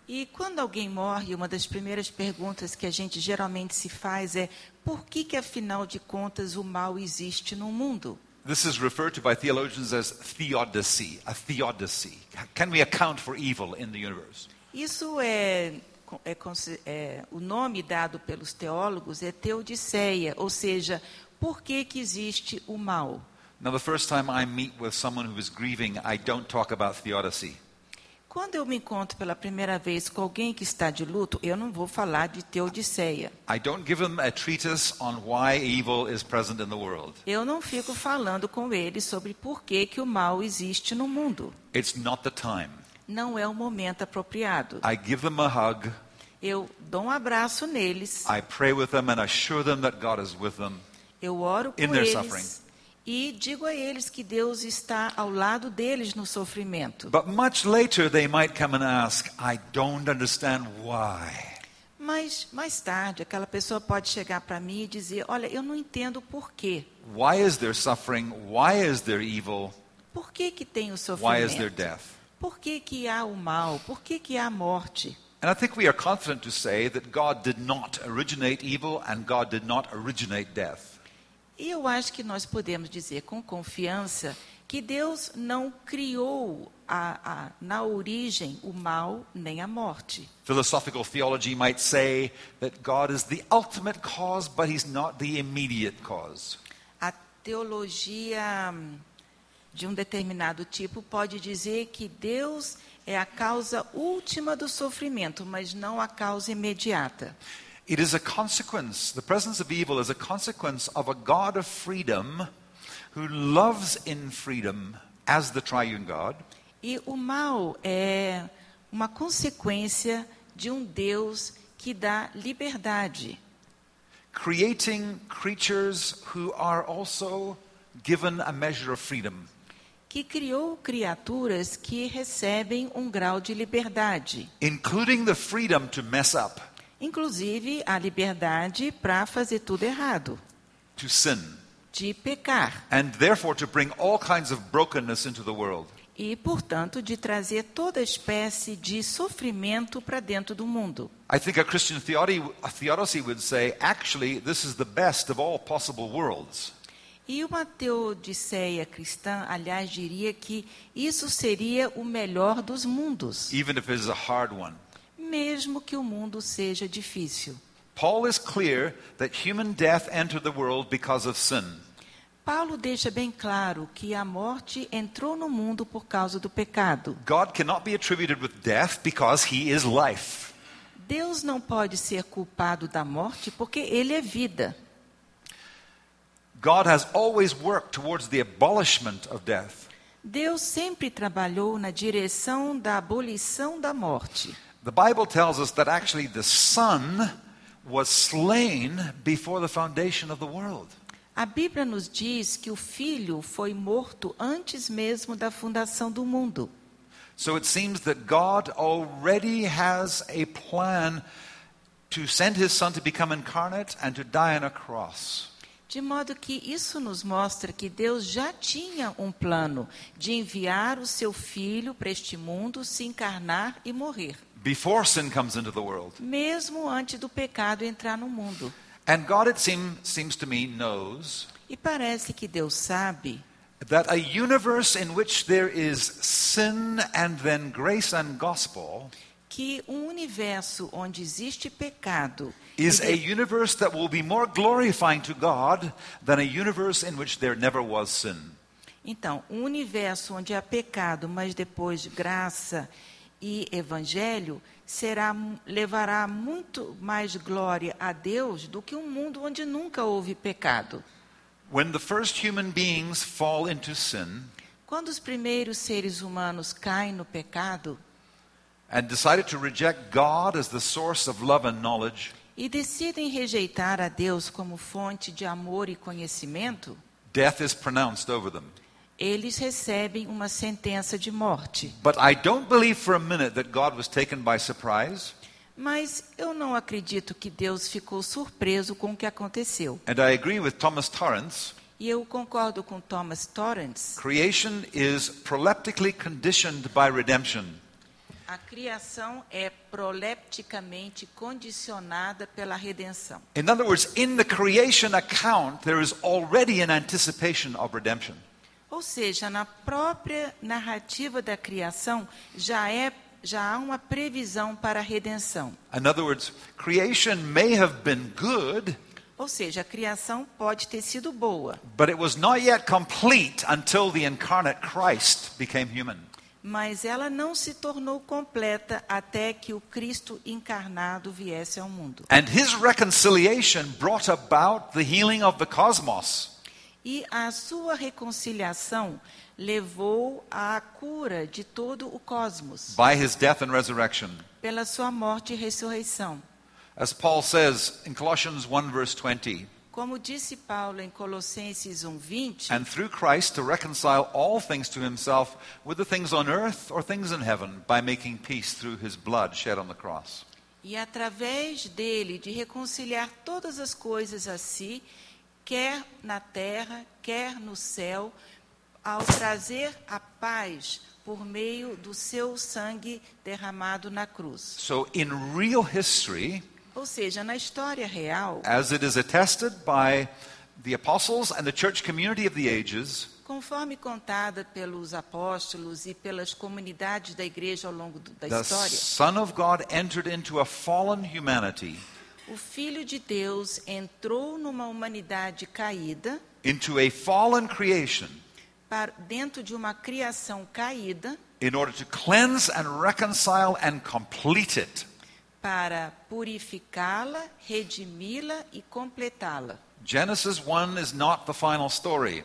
E quando alguém morre, uma das primeiras perguntas que a gente geralmente se faz é: por que que afinal de contas o mal existe no mundo?
This is referred to by theologians as theodicy, a theodicy. Can we account for evil in the universe?
Isso é, co- é consi- é- o nome dado pelos teólogos é teodiceia, ou seja, por que que existe o mal?
Now, the first time I meet with someone who is grieving, I don't talk about theodicy.
Quando eu me encontro pela primeira vez com alguém que está de luto, eu não vou falar de Teodiceia.
I don't give them a treatise on why evil is present in the world.
Eu não fico falando com ele sobre por que, que o mal existe no mundo.
It's not the time.
Não é o momento apropriado.
I give them a hug.
Eu dou um abraço neles,
I pray with them and assure them that God is with them.
eu oro com
In their
eles
suffering.
e digo a eles que Deus está ao lado deles no sofrimento.
But much later, they might come and ask, I don't understand why.
Mas mais tarde, aquela pessoa pode chegar para mim e dizer: Olha, eu não entendo por quê.
Why is there suffering? Why is there evil?
Por que, que tem o
Why is there
sofrimento?
death?
Por que, que há o mal? Por que, que há a morte?
And I think we are confident to say that God did not originate evil and God did not originate death.
E eu acho que nós podemos dizer com confiança que Deus não criou a- a- na origem o mal nem a morte.
Philosophical theology might say that God is the ultimate cause, but he's not the immediate cause.
A teologia hum, de um determinado tipo pode dizer que Deus é a causa última do sofrimento, mas não a causa imediata.
It is a consequence, the presence of evil is a consequence of a God of freedom who loves in freedom as the triune God,
E o mal é uma consequência de um Deus que dá liberdade.
creating creatures who are also given a measure of freedom.
que criou criaturas que recebem um grau de liberdade,
including the freedom to mess up,
inclusive a liberdade para fazer tudo errado,
to sin,
de pecar
and therefore to bring all kinds of brokenness into the world.
e, portanto, de trazer toda espécie de sofrimento para dentro do mundo.
I think a Christian theody, a theodicy would say, actually, this is the best of all possible worlds.
E uma teodiceia cristã, aliás, diria que isso seria o melhor dos mundos,
even if it is a hard one.
mesmo que o mundo seja difícil.
Paul is clear that human death entered the world because of sin.
Paulo deixa bem claro que a morte entrou no mundo por causa do pecado.
God cannot be attributed with death because he is life.
Deus não pode ser culpado da morte porque ele é vida.
God has always worked towards the abolishment of death.
Deus sempre trabalhou na direção da abolição da morte.
The Bible tells us that actually the Son was slain before the foundation of the world.
A Bíblia nos diz que o filho foi morto antes mesmo da fundação do mundo.
So it seems that God already has a plan to send his Son to become incarnate and to die on a cross.
De modo que isso nos mostra que Deus já tinha um plano de enviar o seu filho para este mundo, se encarnar e morrer,
before sin comes into the world.
mesmo antes do pecado entrar no mundo.
And God, it seem, seems to me, knows
E parece que Deus sabe
that a universe in which there is sin and then grace and gospel
que um universo onde existe pecado
is
e,
a
de-
universe that will be more glorifying to God than a universe in which there never was sin.
então um universo onde há pecado mas depois graça e evangelho será levará muito mais glória a Deus do que um mundo onde nunca houve pecado
When the first human beings fall into sin
quando os primeiros seres humanos caem no pecado
and decided to reject God as the source of love and knowledge,
e decidem rejeitar a Deus como fonte de amor e conhecimento
death is pronounced over them.
eles recebem uma sentença de morte
But I don't believe for a minute that God was taken by surprise.
Mas eu não acredito que Deus ficou surpreso com o que aconteceu.
And I agree with Thomas Torrance.
E eu concordo com Thomas Torrance.
Creation is proleptically conditioned by redemption.
A criação é prolepticamente condicionada pela redenção.
In other words, in the creation account, there is already an anticipation of redemption.
Ou seja, na própria narrativa da criação já é já há uma previsão para a redenção.
In other words, creation may have been good,
Ou seja, a criação pode ter sido boa,
but it was not yet complete until the incarnate Christ became human.
mas ela não se tornou completa até que o Cristo encarnado viesse ao mundo.
And his reconciliation brought about the healing of the cosmos.
E a sua reconciliação levou à cura de todo o cosmos
by his death and resurrection.
pela sua morte e ressurreição.
As Paul says in Colossians 1, verse 20,
Como disse Paulo em Colossenses 1:20,
and through Christ to reconcile all things to himself, with the things on earth or things in heaven, by making peace through his blood shed on the cross.
e através dele de reconciliar todas as coisas a si, quer na terra, quer no céu, ao trazer a paz por meio do seu sangue derramado na cruz.
So, in real history,
Ou seja, na história real,
as it is attested by the apostles and the church community of the ages,
Conforme contada pelos apóstolos e pelas comunidades da igreja ao longo do- da
the
história,
Son of God entered into a fallen humanity,
o Filho de Deus entrou numa humanidade caída,
into a fallen creation,
para, dentro de uma criação caída,
in order to cleanse and reconcile and complete it.
para purificá-la, redimi-la e completá-la.
Genesis 1 is not the final story.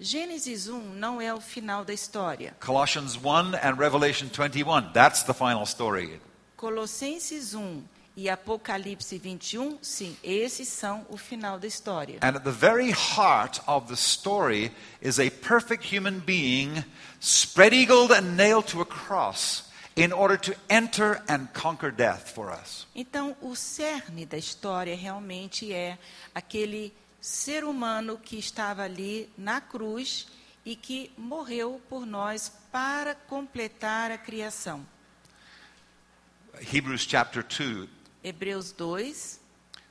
Gênesis 1 não é o final da história.
Colossians 1 and Revelation 21, that's the final story.
Colossenses 1 e Apocalipse 21, sim, esses são o final da história.
And at the very heart of the story is a perfect human being spread eagled and nailed to a cross in order to enter and conquer death for us.
Então, o cerne da história realmente é aquele ser humano que estava ali na cruz e que morreu por nós para completar a criação.
Hebrews chapter 2
Hebreus 2.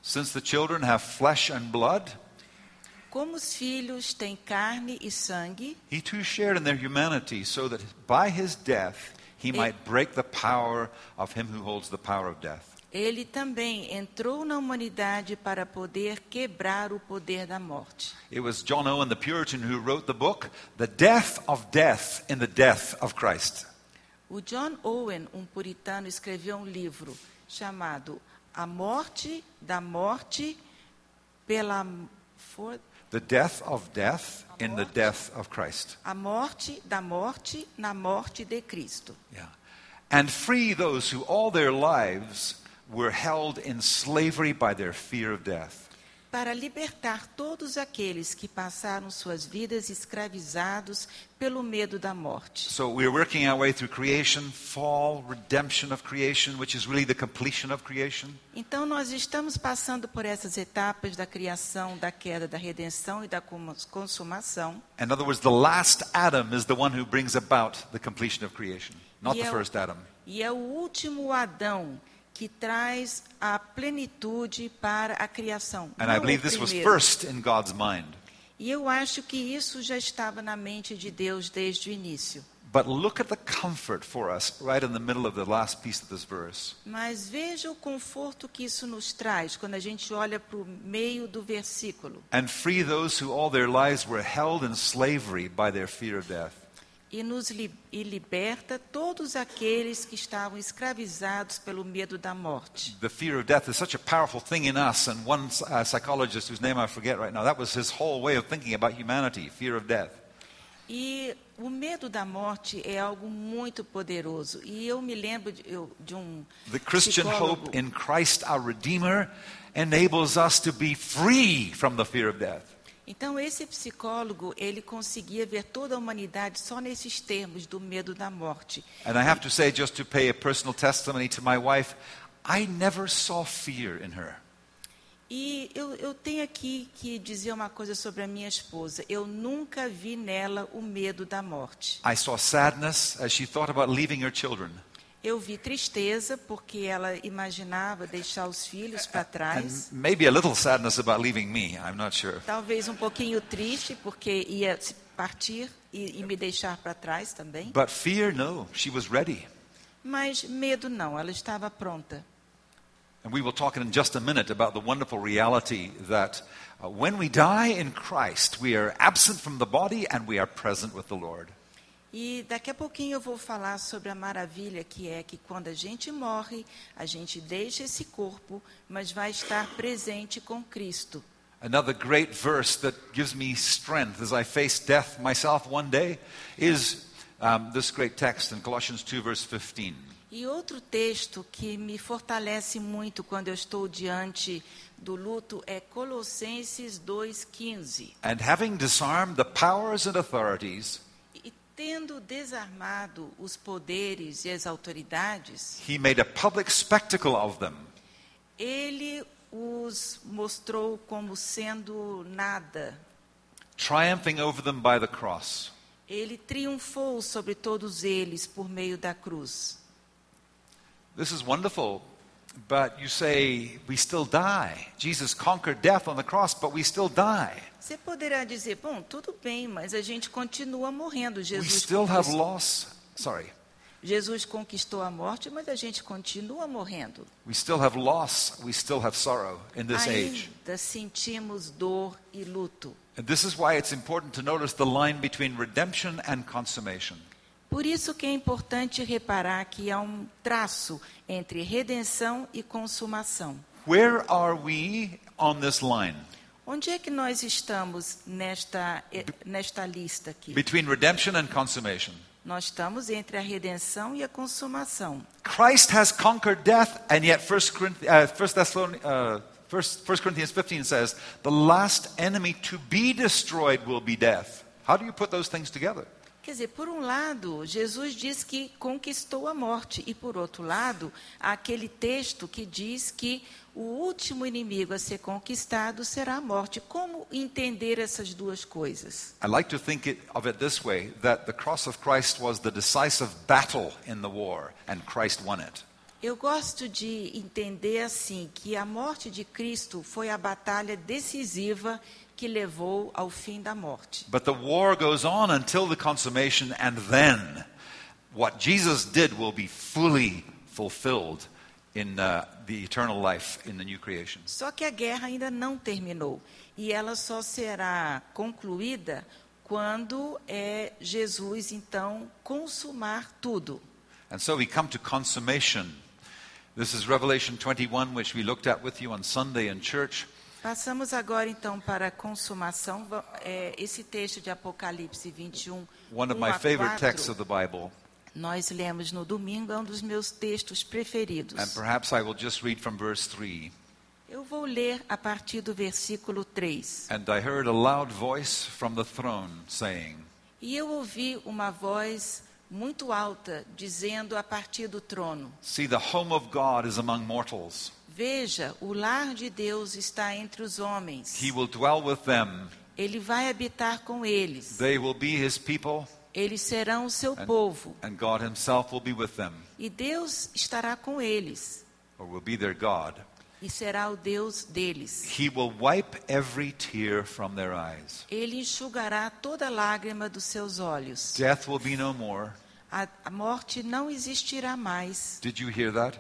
Since the children have flesh and blood,
Como os filhos têm carne e sangue,
he too shared in their humanity so that by his death he might break the power of him who holds the power of death.
ele também entrou na humanidade para poder quebrar o poder da morte.
It was John Owen, the Puritan, who wrote the book, The Death of Death in the Death of Christ.
O John Owen, um puritano, escreveu um livro chamado A Morte da Morte pela for-
The Death of Death in the Death of Christ.
A Morte da Morte na Morte de Cristo.
Yeah. And free those who all their lives were held in slavery by their fear of death.
Para libertar todos aqueles que passaram suas vidas escravizados pelo medo da morte.
So we're working our way through creation, fall, redemption of creation, which is really the completion of creation.
Então, nós estamos passando por essas etapas da criação, da queda, da redenção e da cons- consumação.
In other words, the last Adam is the one who brings about the completion of creation, not
Yeah.
the first Adam.
E é o último Adão que traz a plenitude para a criação.
And
não
I
o
believe this was
primeiro.
first in God's mind.
E eu acho que isso já estava na mente de Deus desde o início.
But look at the comfort for us right in the middle of the last piece of this verse.
Mas veja o conforto que isso nos traz quando a gente olha para o meio do versículo.
And free those who all their lives were held in slavery by their fear of death.
E nos li e liberta todos aqueles que estavam escravizados pelo medo da morte.
The fear of death is such a powerful thing in us. And one uh, psychologist whose name I forget right now, that was his whole way of thinking about humanity fear of death.
E o medo da morte é algo muito poderoso. E eu me lembro de, eu- de um
The Christian
psicólogo.
hope in Christ our Redeemer enables us to be free from the fear of death.
Então esse psicólogo, ele conseguia ver toda a humanidade só nesses termos do medo da morte.
And I have to say, just to pay a personal testimony to my wife, I never saw fear in her.
E eu, eu tenho aqui que dizer uma coisa sobre a minha esposa. Eu nunca vi nela o medo da morte.
I saw sadness as she thought about leaving her children.
Eu vi tristeza porque ela imaginava deixar os filhos para
And
trás.
maybe a little sadness about leaving me, I'm not sure.
Talvez um pouquinho triste porque ia se partir e, e me deixar para trás também.
But fear, no, she was ready.
Mas medo não, ela estava pronta.
And we will talk in just a minute about the wonderful reality that uh, when we die in Christ, we are absent from the body and we are present with the Lord.
E daqui a pouquinho eu vou falar sobre a maravilha que é que quando a gente morre, a gente deixa esse corpo, mas vai estar presente com Cristo.
Another great verse that gives me strength as I face death myself one day is um, this great text in Colossians 2, verse 15.
E outro texto que me fortalece muito quando eu estou diante do luto é Colossenses 2,15.
And having disarmed the powers and authorities,
E tendo desarmado os poderes e as autoridades,
he made a public spectacle of them,
ele os mostrou como sendo nada.
triumphing over them by the cross.
Ele triunfou sobre todos eles por meio da cruz.
This is wonderful, but you say, we still die. Jesus conquered death on the cross, but we still die.
Você poderá dizer, bom, tudo bem, mas a gente continua morrendo.
we
Jesus,
still have
conquist-
loss. Sorry.
Jesus conquistou a morte, mas a gente continua morrendo.
We still have loss. We still have sorrow in this age.
Ainda sentimos dor e luto.
And this is why it's important to notice the line between redemption and consummation.
Por isso que é importante reparar que há um traço entre redenção e consumação.
Where are we on this line?
Onde é que nós estamos nesta, eh, nesta lista aqui?
Between redemption and consummation.
Nós estamos entre a redenção e a consumação.
Christ has conquered death, and yet 1 Corinthians, uh, 1 Thessalonians, uh, 1 1 Corinthians 15 says, the last enemy to be destroyed will be death. How do you put those things together?
Quer dizer, por um lado, Jesus diz que conquistou a morte, e por outro lado, há aquele texto que diz que o último inimigo a ser conquistado será a morte. Como entender essas duas coisas?
I like to think it, of it this way that the cross of Christ was the decisive battle in the war, and Christ won it.
Eu gosto de entender assim que a morte de Cristo foi a batalha decisiva que levou ao fim da morte.
But the war goes on until the consummation, and then what Jesus did will be fully fulfilled in uh, the eternal life in the new creation.
Só que a guerra ainda não terminou e ela só será concluída quando é Jesus então consumar tudo.
And so we come to consummation. This is Revelation 21, which we looked at with you on Sunday in church.
Passamos agora então para a consumação. Va- é, esse texto de Apocalipse 21,
One of
1
my
a
favorite
4,
texts of the Bible.
nós lemos no domingo, é um dos meus textos preferidos.
And perhaps I will just read from verse 3.
Eu vou ler a partir do versículo 3.
And I heard a loud voice from the throne saying,
E eu ouvi uma voz muito alta dizendo a partir do trono:
See, the home of God is among mortals.
Veja, o lar de Deus está entre os homens.
He will dwell with them.
Ele vai habitar com eles.
They will be his people,
Eles serão o seu
And-
povo.
and God himself will be with them,
E Deus estará com eles.
or will be their God.
E será o Deus deles.
He will wipe every tear from their eyes.
Ele enxugará toda lágrima dos seus olhos.
Death will be no more.
A, a morte não existirá mais.
Did you hear that?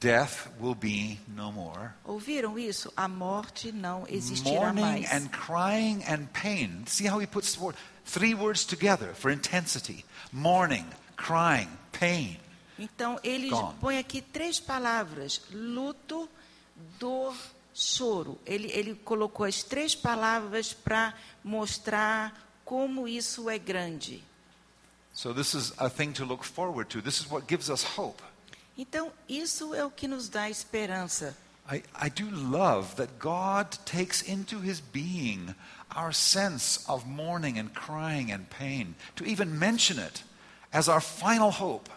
Death will be no more.
Ouviram isso? A morte não existirá
Mourning
mais.
and crying and pain. See how he puts the word, three words together for intensity mourning, crying, pain.
Então, ele
Gone.
põe aqui três palavras: luto, dor, choro. Ele, ele colocou as três palavras para mostrar como isso é grande.
So, this is a thing to look forward to. This is what gives us hope.
Então, isso é o que nos dá esperança.
I, I do love that God takes into his being our sense of mourning and crying and pain, to even mention it as our final hope.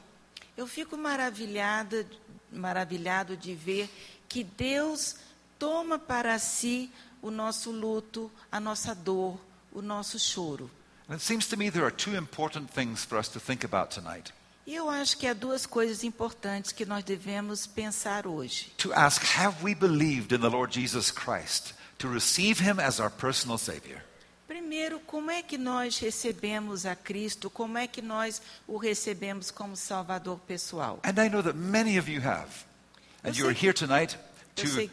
Eu fico maravilhada, maravilhado de ver que Deus toma para si o nosso luto, a nossa dor, o nosso choro.
And it seems to me there are two important things for us to think about tonight.
E eu acho que há duas coisas importantes que nós devemos pensar hoje.
to ask, have we believed in the Lord Jesus Christ to receive him as our personal Savior?
Primeiro, como é que nós recebemos a Cristo? Como é que nós o recebemos como Salvador pessoal?
And I know that many of you have. And
Eu
you're
sei-
here tonight
eu
to
sei-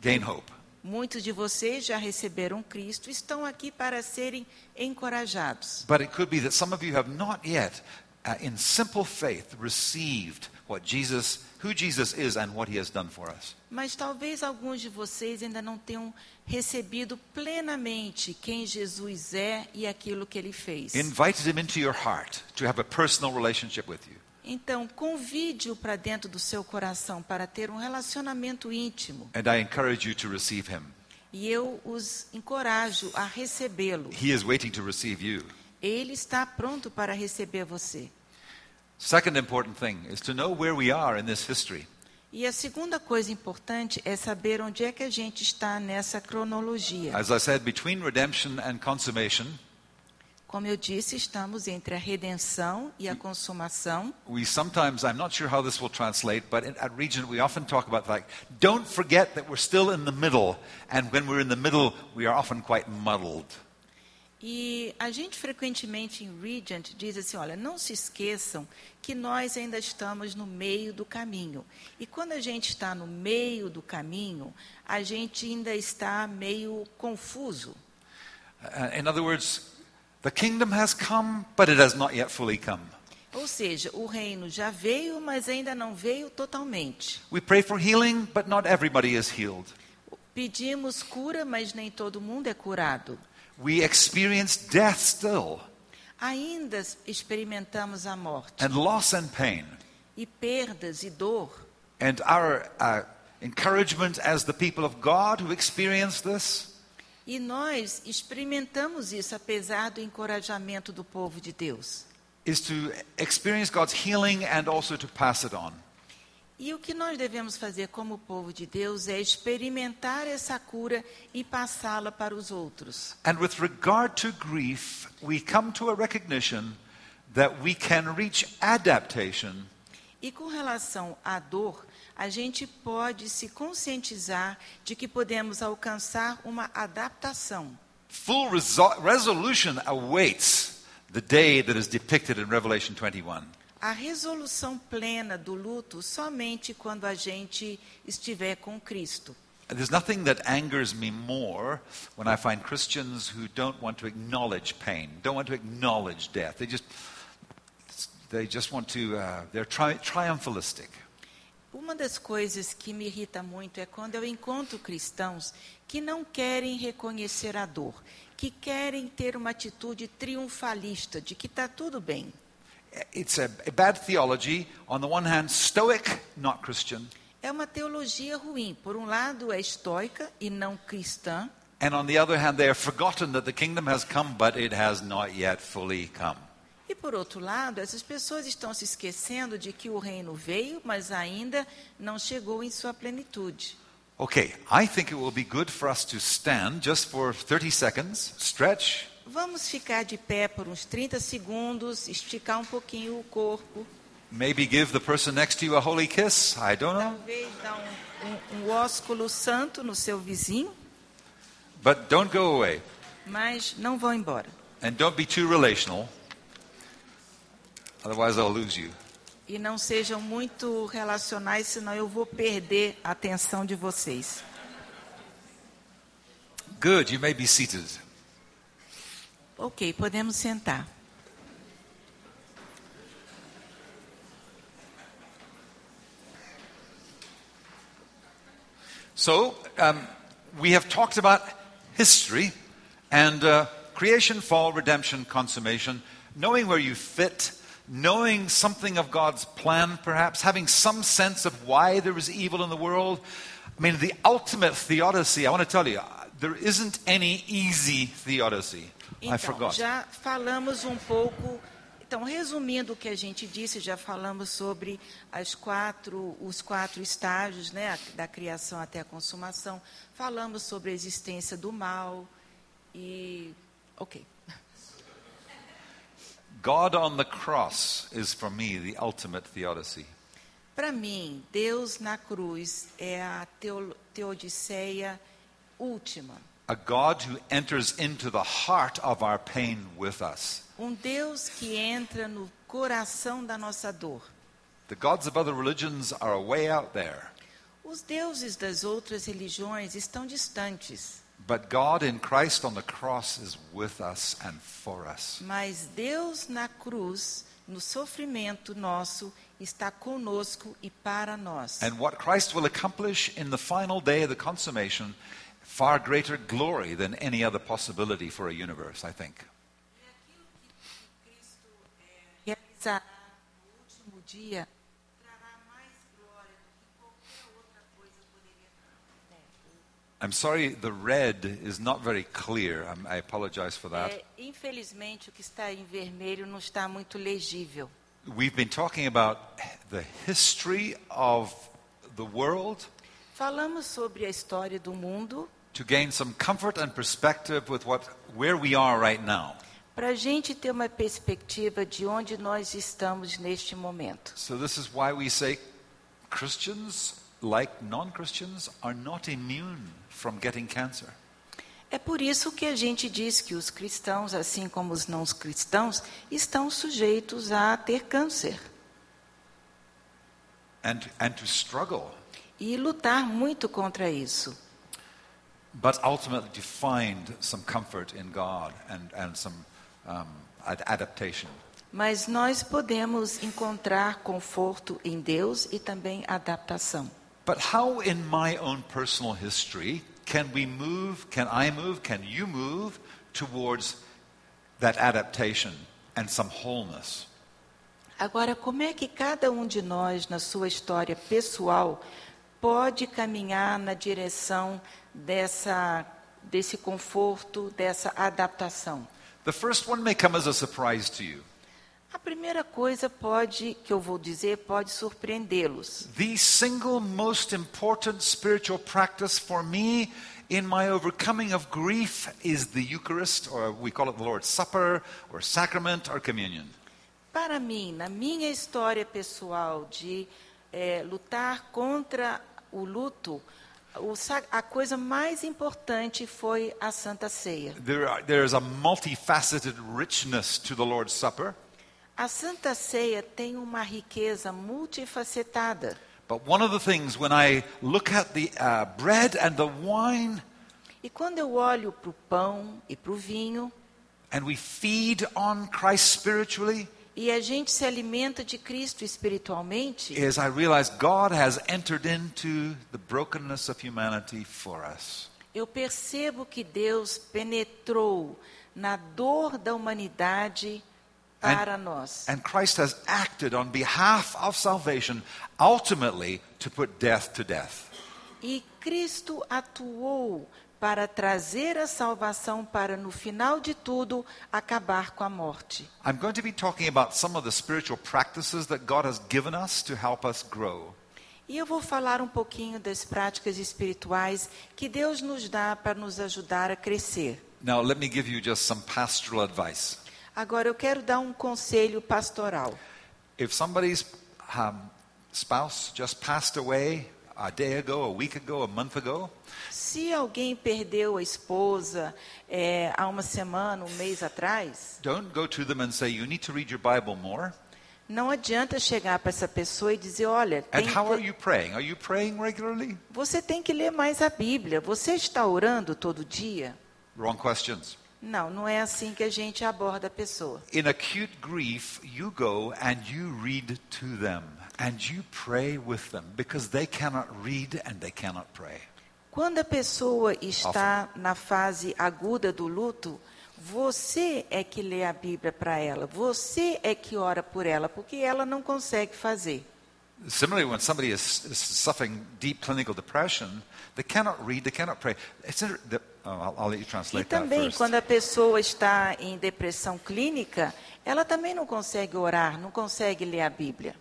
gain hope.
Muitos de vocês já receberam Cristo, estão aqui para serem encorajados.
But it could be that some of you have not yet, uh, in simple faith, received what Jesus, who Jesus is, and what He has done for us.
Mas talvez alguns de vocês ainda não tenham recebido plenamente quem Jesus é e aquilo que ele fez.
Invited Him into your heart to have a personal relationship with you.
Então, convide-o para dentro do seu coração para ter um relacionamento íntimo.
And I encourage you to receive Him.
E eu os encorajo a recebê-lo.
He is waiting to receive you.
Ele está pronto para receber você.
Second important thing is to know where we are in this history.
E a segunda coisa importante é saber onde é que a gente está nessa cronologia.
As I said, between redemption and consummation,
Como eu disse, estamos entre a redenção e a consumação.
we sometimes, I'm not sure how this will translate, but in, at Regent we often talk about like, don't forget that we're still in the middle, and when we're in the middle, we are often quite muddled.
E a gente frequentemente em Regent diz assim, olha, não se esqueçam que nós ainda estamos no meio do caminho. E quando a gente está no meio do caminho, a gente ainda está meio confuso.
Uh, in other words, the kingdom has come, but it has not yet fully come.
Ou seja, o reino já veio, mas ainda não veio totalmente.
We pray for healing, but not everybody is healed.
Pedimos cura, mas nem todo mundo é curado.
We experience death still,
Ainda experimentamos a morte
and loss and pain.
e perdas e dor.
And our uh, encouragement as the people of God who experience this
E nós experimentamos isso apesar do encorajamento do povo de Deus.
is to experience God's healing and also to pass it on.
E o que nós devemos fazer como povo de Deus é experimentar essa cura e passá-la para os outros.
And with regard to grief, we come to a recognition that we can reach adaptation
E com relação à dor, a gente pode se conscientizar de que podemos alcançar uma adaptação.
Full resol- resolution awaits the day that is depicted in Revelation 21.
A resolução plena do luto somente quando a gente estiver com Cristo.
And There's nothing that angers me more when I find Christians who don't want to acknowledge pain, don't want to acknowledge death. They just, they just want to, uh, they're tri- triumphalistic.
Uma das coisas que me irrita muito é quando eu encontro cristãos que não querem reconhecer a dor, que querem ter uma atitude triunfalista de que está tudo bem.
It's a, a bad theology. On the one hand, stoic, not Christian.
É uma teologia ruim. Por um lado, é estoica e não cristã,
And on the other hand, they have forgotten that the kingdom has come, but it has not yet fully come.
E por outro lado, essas pessoas estão se esquecendo de que o reino veio, mas ainda não chegou em sua plenitude.
Okay, I think it will be good for us to stand just for 30 seconds, stretch.
Vamos ficar de pé por uns 30 segundos, esticar um pouquinho o corpo,
Maybe give the person next to you a holy kiss. I don't know.
talvez dar um, um, um ósculo santo no seu vizinho,
But don't go away.
mas não vão embora.
And don't be too relational. Otherwise, I'll lose you.
E não sejam muito relacionais, senão eu vou perder a atenção de vocês.
Good, you may be seated.
Ok, podemos sentar.
So, um, we have talked about history and uh, creation, fall, redemption, consummation, knowing where you fit, knowing something of God's plan, perhaps, having some sense of why there is evil in the world. I mean, the ultimate theodicy, I want to tell you, uh, there isn't any easy theodicy. I
Então,
forgot.
já falamos um pouco. Então, resumindo o que a gente disse, já falamos sobre as quatro, os quatro estágios, né, a- da criação até a consumação. Falamos sobre a existência do mal e, ok.
God on the cross is for me the ultimate theodicy.
Para mim, Deus na cruz é a teo, teodiceia última.
A God who enters into the heart of our pain with us.
Um Deus que entra no coração da nossa dor.
The gods of other religions are way out there.
Os deuses das outras religiões estão distantes,
But God in Christ on the cross is with us and for us.
mas Deus na cruz, no sofrimento nosso, está conosco e para nós.
And what Christ will accomplish in the final day of the consummation, far greater glory than any other possibility for a universe, I think.
É realizará no último dia trará mais glória do que qualquer outra coisa poderia
I'm sorry, the red is not very clear. Um, i I apologize for that.
trazer. É, infelizmente, o que está em vermelho não está muito legível.
We've been talking about the history of the world
Falamos sobre a história do mundo
to gain some comfort and perspective with what, where we are right now.
para a gente ter uma perspectiva de onde nós estamos neste momento.
So, this is why we say Christians, like non Christians, are not immune from getting cancer.
É por isso que a gente diz que os cristãos, assim como os não cristãos, estão sujeitos a ter câncer
and, and to struggle,
e lutar muito contra isso.
but ultimately to find some comfort in God and, and some um, ad- adaptation.
Mas nós podemos encontrar conforto em Deus e também adaptação.
But how, in my own personal history, can we move, can I move, can you move towards that adaptation and some wholeness?
Agora, como é que cada um de nós, na sua história pessoal, pode caminhar na direção dessa, desse conforto, dessa adaptação?
The first one may come as a surprise to you.
A primeira coisa pode que eu vou dizer pode surpreendê-los.
The single most important spiritual practice for me in my overcoming of grief is the Eucharist, or we call it the Lord's Supper, or sacrament, or communion.
Para mim, na minha história pessoal de eh, lutar contra o luto, o sa- a coisa mais importante foi a Santa Ceia.
There, are, there is a multifaceted richness to the Lord's Supper,
A Santa Ceia tem uma riqueza multifacetada.
but one of the things when I look at the uh, bread and the wine,
E quando eu olho para o pão e para o vinho,
and we feed on Christ spiritually,
e a gente se alimenta de Cristo espiritualmente,
is I realize God has entered into the brokenness of humanity for us.
eu percebo que Deus penetrou na dor da humanidade para nós.
And Christ has acted on behalf of salvation, ultimately to put death to death.
E Cristo atuou para trazer a salvação para, no final de tudo, acabar com a morte.
I'm going to be talking about some of the spiritual practices that God has given us to help us grow.
E eu vou falar um pouquinho das práticas espirituais que Deus nos dá para nos ajudar a crescer.
Now, let me give you just some pastoral advice.
Agora, eu quero dar um conselho pastoral.
If somebody's um, spouse just passed away a day ago, a week ago, a month ago,
Se alguém perdeu a esposa eh, há uma semana, um mês atrás,
don't go to them and say, You need to read your Bible more.
não adianta chegar para essa pessoa e dizer: olha, tem
And how are
que,
you praying? Are you praying regularly?
você tem que ler mais a Bíblia. Você está orando todo dia?
Wrong questions.
Não, não é assim que a gente aborda a pessoa.
In acute grief, you go and you read to them and you pray with them because they cannot read and they cannot pray.
Quando a pessoa está na fase aguda do luto, você é que lê a Bíblia para ela, você é que ora por ela, porque ela não consegue fazer.
Similarly, when somebody is, is suffering deep clinical depression, they cannot read, they cannot pray. It's inter- the, oh, I'll, I'll let you
E
translate that
também,
first.
quando a pessoa está em depressão clínica, ela também não consegue orar, não consegue ler a Bíblia.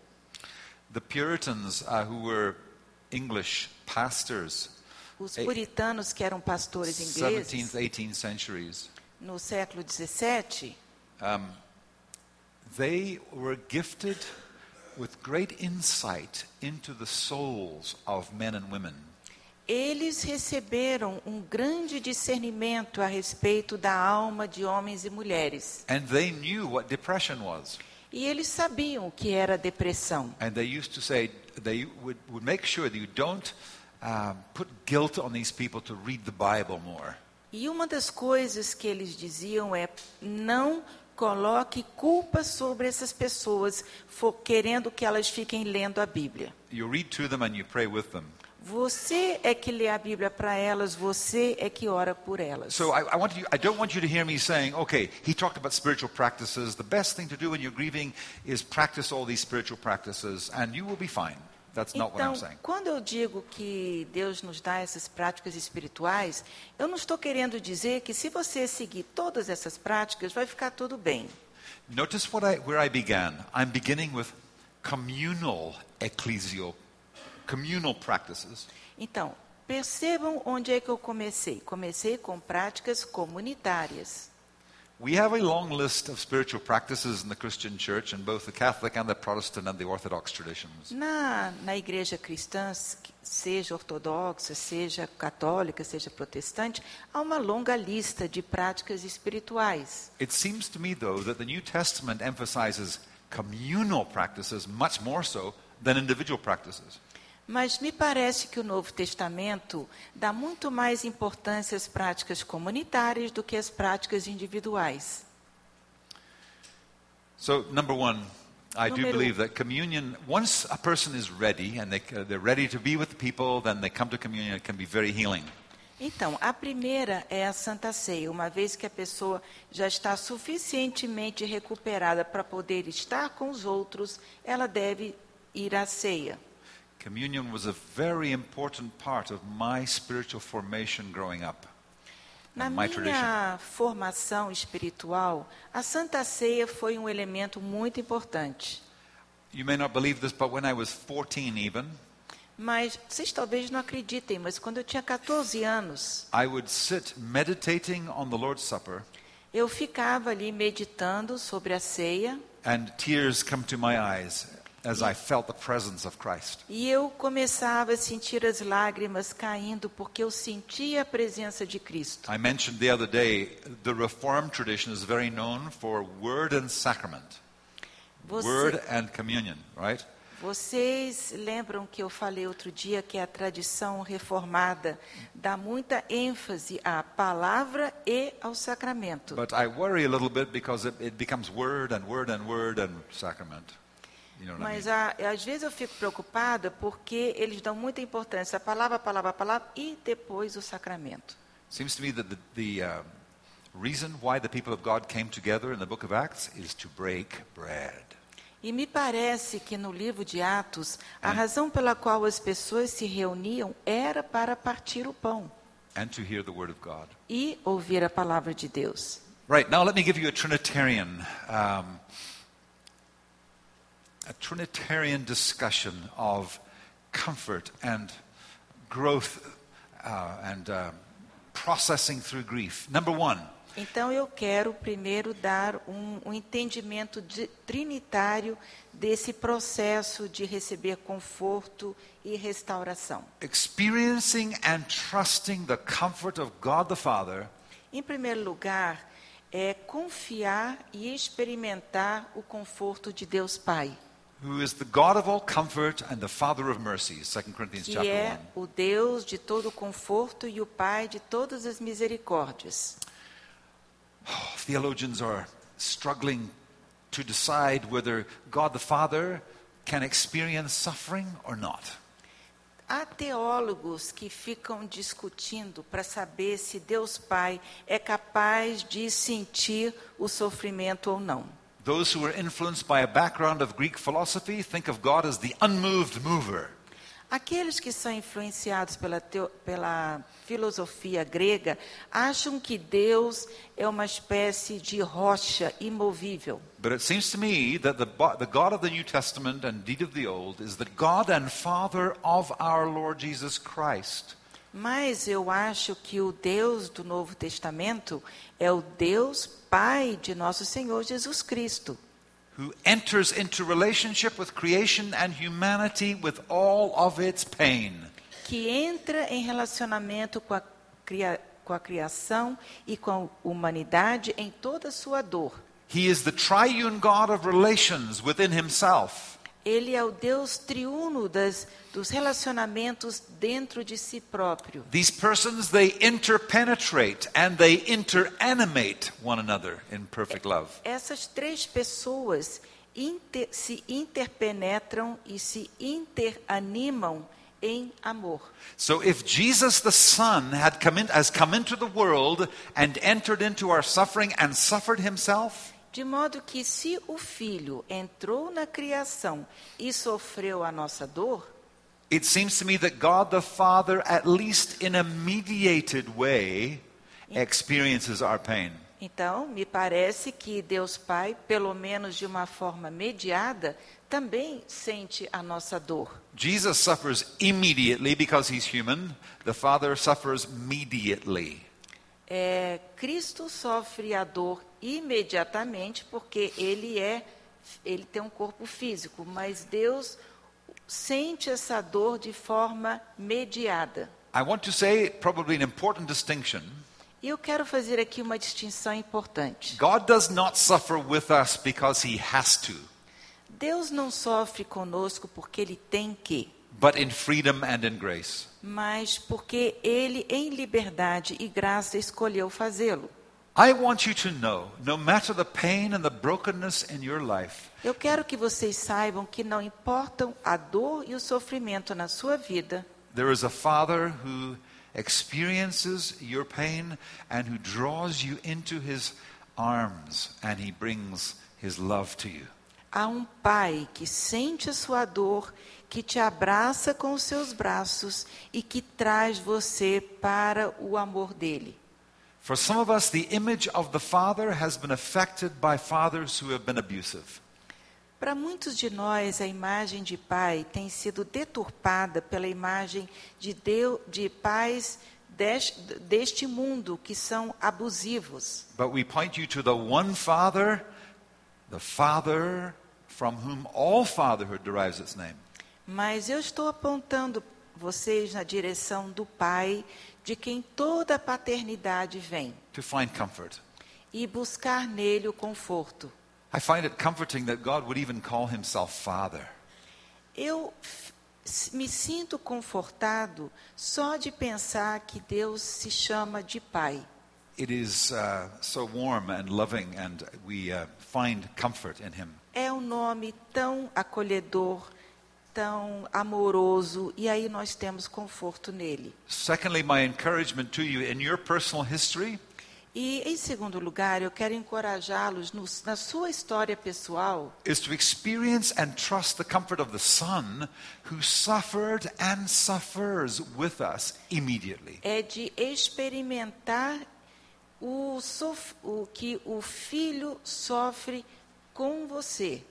The Puritans, uh, who were English pastors,
Os
Eh,
puritanos, que eram pastores
17th,
ingleses,
18th centuries,
no século XVII,
um, they were gifted with great insight into the souls of men and women.
eles receberam um grande discernimento a respeito da alma de homens e mulheres.
And they knew what depression was.
E eles sabiam o que era depressão.
And they used to say, they would, would make sure that you don't um, put guilt on these people to read the Bible more.
E uma das coisas que eles diziam é: não coloque culpa sobre essas pessoas, fo- querendo que elas fiquem lendo a Bíblia.
You read to them and you pray with them.
Você é que lê a Bíblia para elas, você é que ora por elas.
So I, I, want you, I don't want you to hear me saying, okay, he talked about spiritual practices. The best thing to do when you're grieving is practice all these spiritual practices and you will be fine. That's not what
Então,
I'm saying.
quando eu digo que Deus nos dá essas práticas espirituais, eu não estou querendo dizer que se você seguir todas essas práticas, vai ficar tudo bem.
Notice what I, where I began. I'm beginning with communal ecclesial, communal practices.
Então, percebam onde é que eu comecei. Comecei com práticas comunitárias.
We have a long list of spiritual practices in the Christian church in both the Catholic and the Protestant and the Orthodox traditions.
Na, na igreja cristã, s- seja ortodoxa, seja católica, seja protestante, há uma longa lista de práticas espirituais.
It seems to me, though, that the New Testament emphasizes communal practices much more so than individual practices.
Mas me parece que o Novo Testamento dá muito mais importância às práticas comunitárias do que às práticas individuais.
So, number one, I do
Número-
believe that communion, once a person is ready and they, uh, they're ready to be with people, then they come to communion, it can be very healing.
Então, a primeira é a Santa Ceia, uma vez que a pessoa já está suficientemente recuperada para poder estar com os outros, ela deve ir à ceia.
Communion was a very important part of my spiritual formation growing up.
Na
and É my tradition.
minha formação espiritual, a Santa Ceia foi um elemento muito importante.
You may not believe this, but when I was 14 even,
Mas vocês talvez não acreditem, mas quando eu tinha 14 anos,
I would sit meditating on the Lord's Supper
eu ficava ali meditando sobre a ceia
and tears come to my eyes as I felt the presence of Christ.
e eu começava a sentir as lágrimas caindo porque eu sentia a presença de Cristo.
I mentioned the other day the Reformed tradition is very known for word and sacrament. Word
Você,
and communion, right?
vocês lembram que eu falei outro dia que a tradição reformada dá muita ênfase à palavra e ao sacramento.
But I worry a little bit because it, it becomes word and word and word and sacrament. You know what I mean?
Mas a, às vezes eu fico preocupada porque eles dão muita importância à palavra, à palavra, à palavra e depois o sacramento.
Seems to me that the, the um, reason why the people of God came together in the book of Acts is to break bread.
E me parece que no livro de Atos, a razão pela qual as pessoas se reuniam era para partir o pão
and to hear the word of God.
e ouvir a palavra de Deus.
Right, now let me give you a Trinitarian, um, a Trinitarian discussion of comfort and growth uh, and uh, processing through grief. Number one,
Então eu quero primeiro dar um, um entendimento de- trinitário desse processo de receber conforto e restauração.
experiencing and trusting the comfort of God the Father
Em primeiro lugar, é confiar e experimentar o conforto de Deus Pai,
who is the God of all comfort and the Father of mercies, 2 Corinthians
que
chapter
é
1.
o Deus de todo conforto e o Pai de todas as misericórdias.
Theologians are struggling to decide whether God the Father can experience suffering or not.
Há teólogos que ficam discutindo para saber se Deus Pai é capaz de sentir o sofrimento ou não.
Those who are influenced by a background of Greek philosophy think of God as the unmoved mover.
Aqueles que são influenciados pela, teo- pela filosofia grega acham que Deus é uma espécie de rocha imovível.
But it seems to me that the, bo- the God of the New Testament and deed of the Old is the God and Father of our Lord Jesus Christ.
Mas eu acho que o Deus do Novo Testamento é o Deus Pai de nosso Senhor Jesus Cristo,
Who enters into relationship with creation and humanity with all of its pain.
que entra em relacionamento com a, cria- com a criação e com a humanidade em toda a sua dor.
He is the triune God of relations within himself.
Ele é o Deus triuno das, dos relacionamentos dentro de si próprio.
These persons, they interpenetrate and they interanimate one another in perfect love.
Essas três pessoas inter- se interpenetram e se interanimam em amor.
So if Jesus the Son had come in, has come into the world and entered into our suffering and suffered himself,
De modo que, se o filho entrou na criação e sofreu a nossa dor,
it seems to me that God the Father, at least in a mediated way, experiences our pain.
então me parece que Deus Pai, pelo menos de uma forma mediada, também sente a nossa dor.
Jesus suffers immediately because he's human. The Father suffers mediately.
É, Cristo sofre a dor imediatamente porque ele é, ele tem um corpo físico, mas Deus sente essa dor de forma mediada.
I want to say probably an important distinction.
E eu quero fazer aqui uma distinção importante.
God does not suffer with us because he has to,
Deus não sofre conosco porque ele tem que,
but in freedom and in grace.
mas porque ele, em liberdade e graça, escolheu fazê-lo.
I want you to know, no matter the pain and the brokenness in your life,
Eu quero que vocês saibam que não importam a dor e o sofrimento na sua vida,
there is a Father who experiences your pain and who draws you into his arms and he brings his love to you.
há um pai que sente a sua dor, que te abraça com os seus braços e que traz você para o amor dele.
For some of us, the image of the Father has been affected by fathers who have been abusive.
Para muitos de nós, a imagem de pai tem sido deturpada pela imagem de, Deu- de pais des- deste mundo que são abusivos.
But we point you to the one Father, the Father from whom all fatherhood derives its name.
Mas eu estou apontando vocês na direção do pai, de quem toda a paternidade vem,
to find comfort.
e buscar nele o conforto.
I find it comforting that God would even call himself Father.
Eu f- s- me sinto confortado só de pensar que Deus se chama de pai.
It is uh, so warm and loving, and we uh, find comfort in him.
É um nome tão acolhedor, tão amoroso, e aí nós temos conforto nele.
Secondly, my encouragement to you in your personal history,
E, em segundo lugar, eu quero encorajá-los nos- na sua história pessoal
is to experience and trust the comfort of the Son who suffered and suffers with us immediately.
é de experimentar o, sof- o que o filho sofre com você.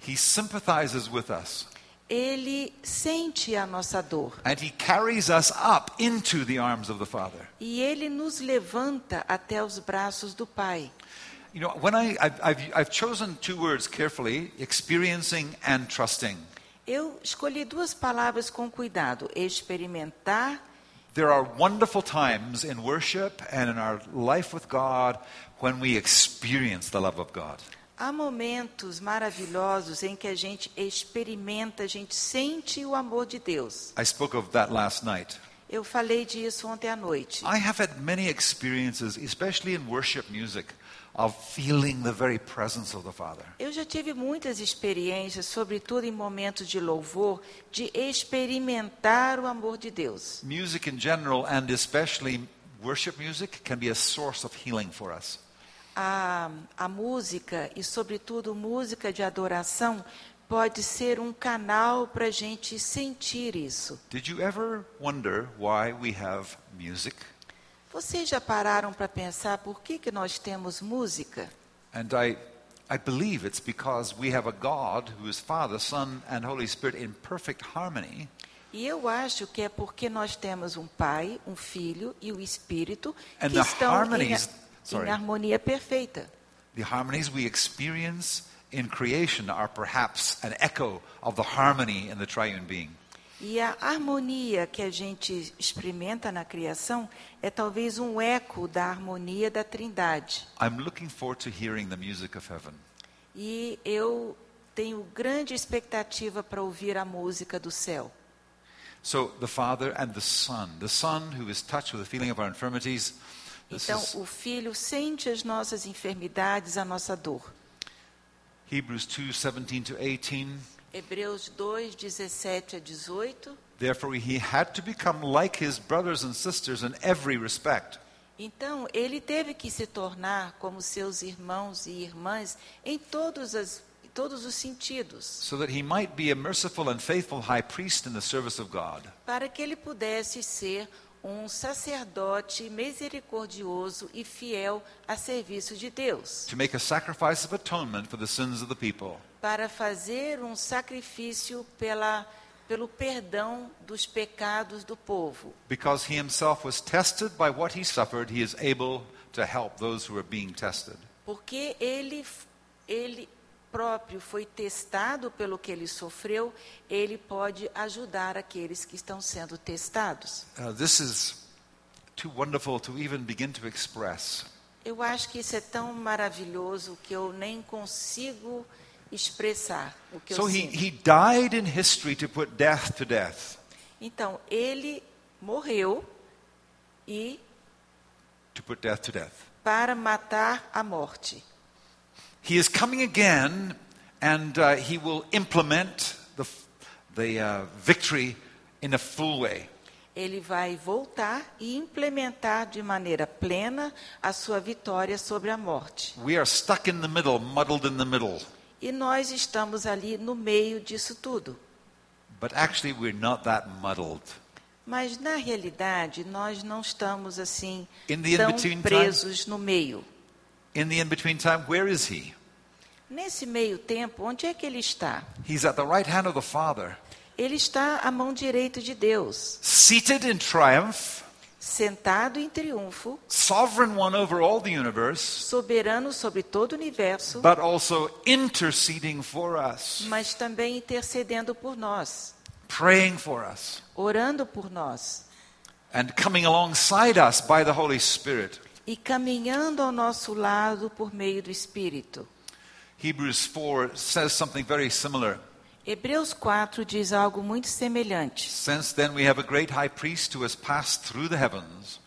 He sympathizes with us
Ele sente a nossa dor
and he carries us up into the arms of the Father.
e ele nos levanta até os braços do Pai.
You know, when I, I've, I've, I've chosen two words carefully experiencing and trusting.
Eu escolhi duas palavras com cuidado: experimentar
There are wonderful times in worship and in our life with God when we experience the love of God.
Há momentos maravilhosos em que a gente experimenta, a gente sente o amor de Deus.
I spoke of that last night.
Eu falei disso ontem à noite.
I have had many experiences, especially in worship music, of feeling the very presence of the Father.
Eu já tive muitas experiências, sobretudo em momentos de louvor, de experimentar o amor de Deus.
Music in general, and especially worship music, can be a source of healing for us.
A, a música, e sobretudo música de adoração, pode ser um canal para a gente sentir isso.
Did you ever wonder why we have music?
Vocês já pararam para pensar por que, que nós temos música?
And I, I believe it's because we have a God who is Father, Son, and Holy Spirit in perfect harmony,
E eu acho que é porque nós temos um Pai, um Filho e o Espírito
And
que
the
estão
harmonies-
em, a-
Sorry.
em harmonia perfeita.
the harmonies we experience in creation are perhaps an echo of the harmony in the triune being.
E a harmonia que a gente experimenta na criação é talvez um eco da harmonia da Trindade.
I'm looking forward to hearing the music of heaven.
E eu tenho grande expectativa para ouvir a música do céu.
So the Father and the Son, the Son who is touched with the feeling of our infirmities, this
Então,
is
o filho sente as nossas enfermidades, a nossa dor.
Hebrews 2 17 to 18.
Hebreus 2, 17 a 18.
Therefore, he had to become like his brothers and sisters in every respect.
Então, ele teve que se tornar como seus irmãos e irmãs em todos, as, em todos os sentidos,
so that he might be a merciful and faithful high priest in the service of God,
para que ele pudesse ser um sacerdote misericordioso e fiel a serviço de Deus,
to make a sacrifice of atonement for the sins of the people.
para fazer um sacrifício pela, pelo perdão dos pecados do povo.
Because he himself was tested by what he suffered, he is able to help those who are being tested.
Porque ele, ele próprio foi testado pelo que ele sofreu, ele pode ajudar aqueles que estão sendo testados.
Uh, this is too wonderful to even begin to express.
Eu acho que isso é tão maravilhoso que eu nem consigo expressar o que
So
eu
he,
sinto.
he died in history to put death to death,
Então, ele morreu e
to put death to death.
para matar a morte.
He is coming again, and uh, he will implement the, f- the uh, victory in a full way.
Ele vai voltar e implementar de maneira plena a sua vitória sobre a morte.
We are stuck in the middle, muddled in the middle.
E nós estamos ali no meio disso tudo.
But actually, we're not that muddled.
Mas, na realidade, nós não estamos assim
In the in-between
tão presos no meio.
In the in between time, where is he?
Nesse meio tempo, onde é que ele está?
He's at the right hand of the Father,
Ele está à mão direita de Deus,
seated in triumph,
sentado em triunfo,
sovereign one over all the universe,
soberano sobre todo o universo,
but also interceding for us,
mas também intercedendo por nós,
praying for us,
orando por nós
and coming alongside us by the Holy Spirit.
e caminhando ao nosso lado por meio do Espírito.
Hebrews 4 says something very similar.
Hebreus 4 diz algo muito semelhante.
Since then, we have a great high priest who has passed through the heavens.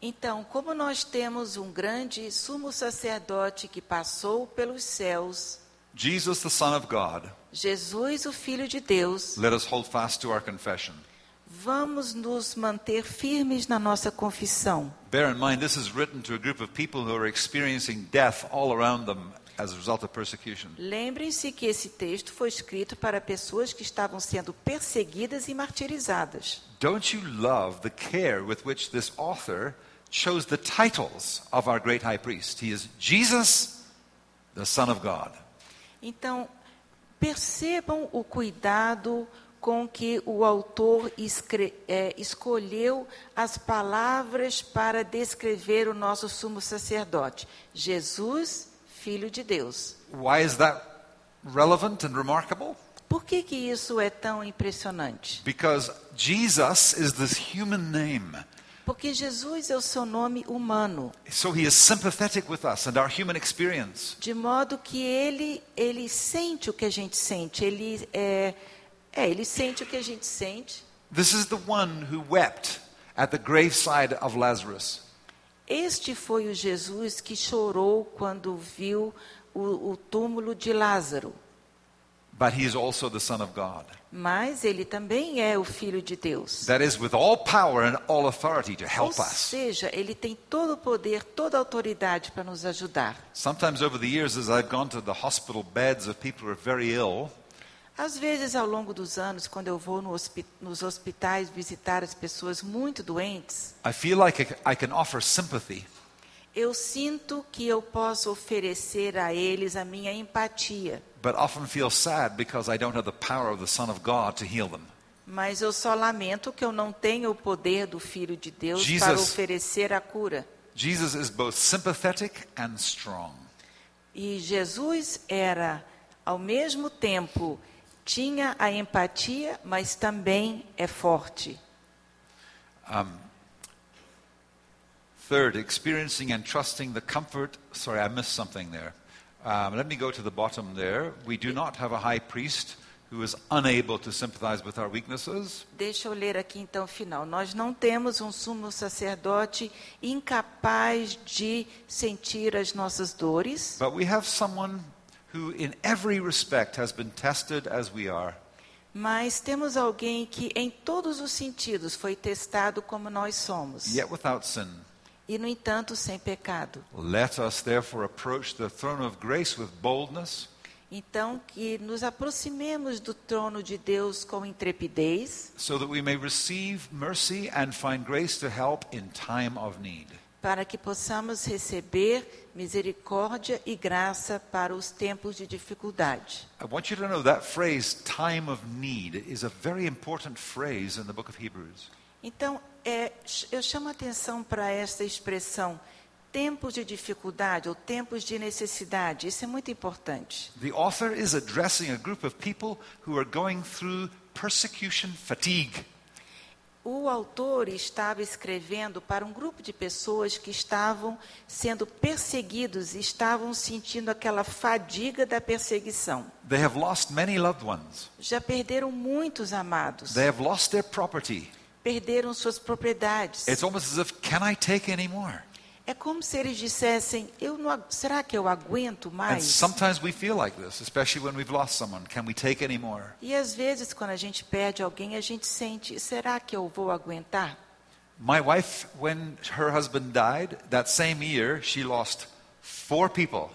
Então, como nós temos um grande sumo sacerdote que passou pelos céus,
Jesus, the Son of God,
Jesus, o Filho de Deus,
let us hold fast to our confession.
vamos nos manter firmes na nossa confissão.
Bear in mind, this is written to a group of people who are experiencing death all around them as a result of persecution.
Lembrem-se que esse texto foi escrito para pessoas que estavam sendo perseguidas e martirizadas.
Don't you love the care with which this author chose the titles of our great high priest? He is Jesus, the Son of God.
Então, percebam o cuidado com que o autor escre- eh, escolheu as palavras para descrever o nosso sumo sacerdote, Jesus, Filho de Deus.
Why is that relevant and remarkable?
Por que, que isso é tão impressionante?
Because Jesus is this human name.
Porque Jesus é o seu nome humano,
So he is sympathetic with us and our human experience.
de modo que ele ele sente o que a gente sente, ele é, é ele sente o que a gente sente.
This is the one who wept at the graveside of Lazarus.
Este foi o Jesus que chorou quando viu o, o túmulo de Lázaro.
But he is also the Son of God.
Mas ele também é o Filho de Deus.
That is, with all power and all authority to
Ou
help us.
seja, ele tem todo o poder, toda a autoridade para nos ajudar.
Sometimes over the years, as I've gone to the hospital beds of people who are very ill,
Às vezes, ao longo dos anos, quando eu vou no hospi- nos hospitais visitar as pessoas muito doentes,
I feel like I c- I can offer sympathy.
eu sinto que eu posso oferecer a eles a minha empatia.
But often feel sad because I don't have the power of the Son of God to heal them.
Mas eu só lamento que eu não tenho o poder do Filho de Deus para
Jesus.
oferecer a cura.
Jesus is both sympathetic and strong.
E Jesus era, ao mesmo tempo, Tinha a empatia, mas também é forte.
Um, third, experiencing and trusting the comfort. Sorry, I missed something there. Um, let me go to the bottom there. We do not have a high priest who is unable to sympathize with our weaknesses.
Deixa eu ler aqui então o final. Nós não temos um sumo sacerdote incapaz de sentir as nossas dores,
But we have someone who, in every respect, has been tested as we are,
mas temos alguém que em todos os sentidos foi testado como nós somos.
yet without sin.
E no entanto sem pecado.
Let us therefore approach the throne of grace with boldness,
Então que nos aproximemos do trono de Deus com intrepidez,
so that we may receive mercy and find grace to help in time of need.
para que possamos receber misericórdia e graça para os tempos de dificuldade.
I want you to know that phrase, time of need, is a very important phrase in the book of Hebrews.
Então, é, ch- eu chamo a atenção para esta expressão, tempos de dificuldade ou tempos de necessidade. Isso é muito importante.
The author is addressing a group of people who are going through persecution fatigue.
O autor estava escrevendo para um grupo de pessoas que estavam sendo perseguidos e estavam sentindo aquela fadiga da perseguição.
They have lost many loved ones,
Já perderam muitos amados,
they have lost their property.
perderam suas propriedades.
It's almost as if, can I take any more?
É como se eles dissessem: eu não, agu- será que eu aguento
And
mais?
sometimes we feel like this, especially when we've lost someone. Can we take any more?
E às vezes, quando a gente perde alguém, a gente sente: será que eu vou aguentar?
My wife, when her husband died, that same year, she lost four people.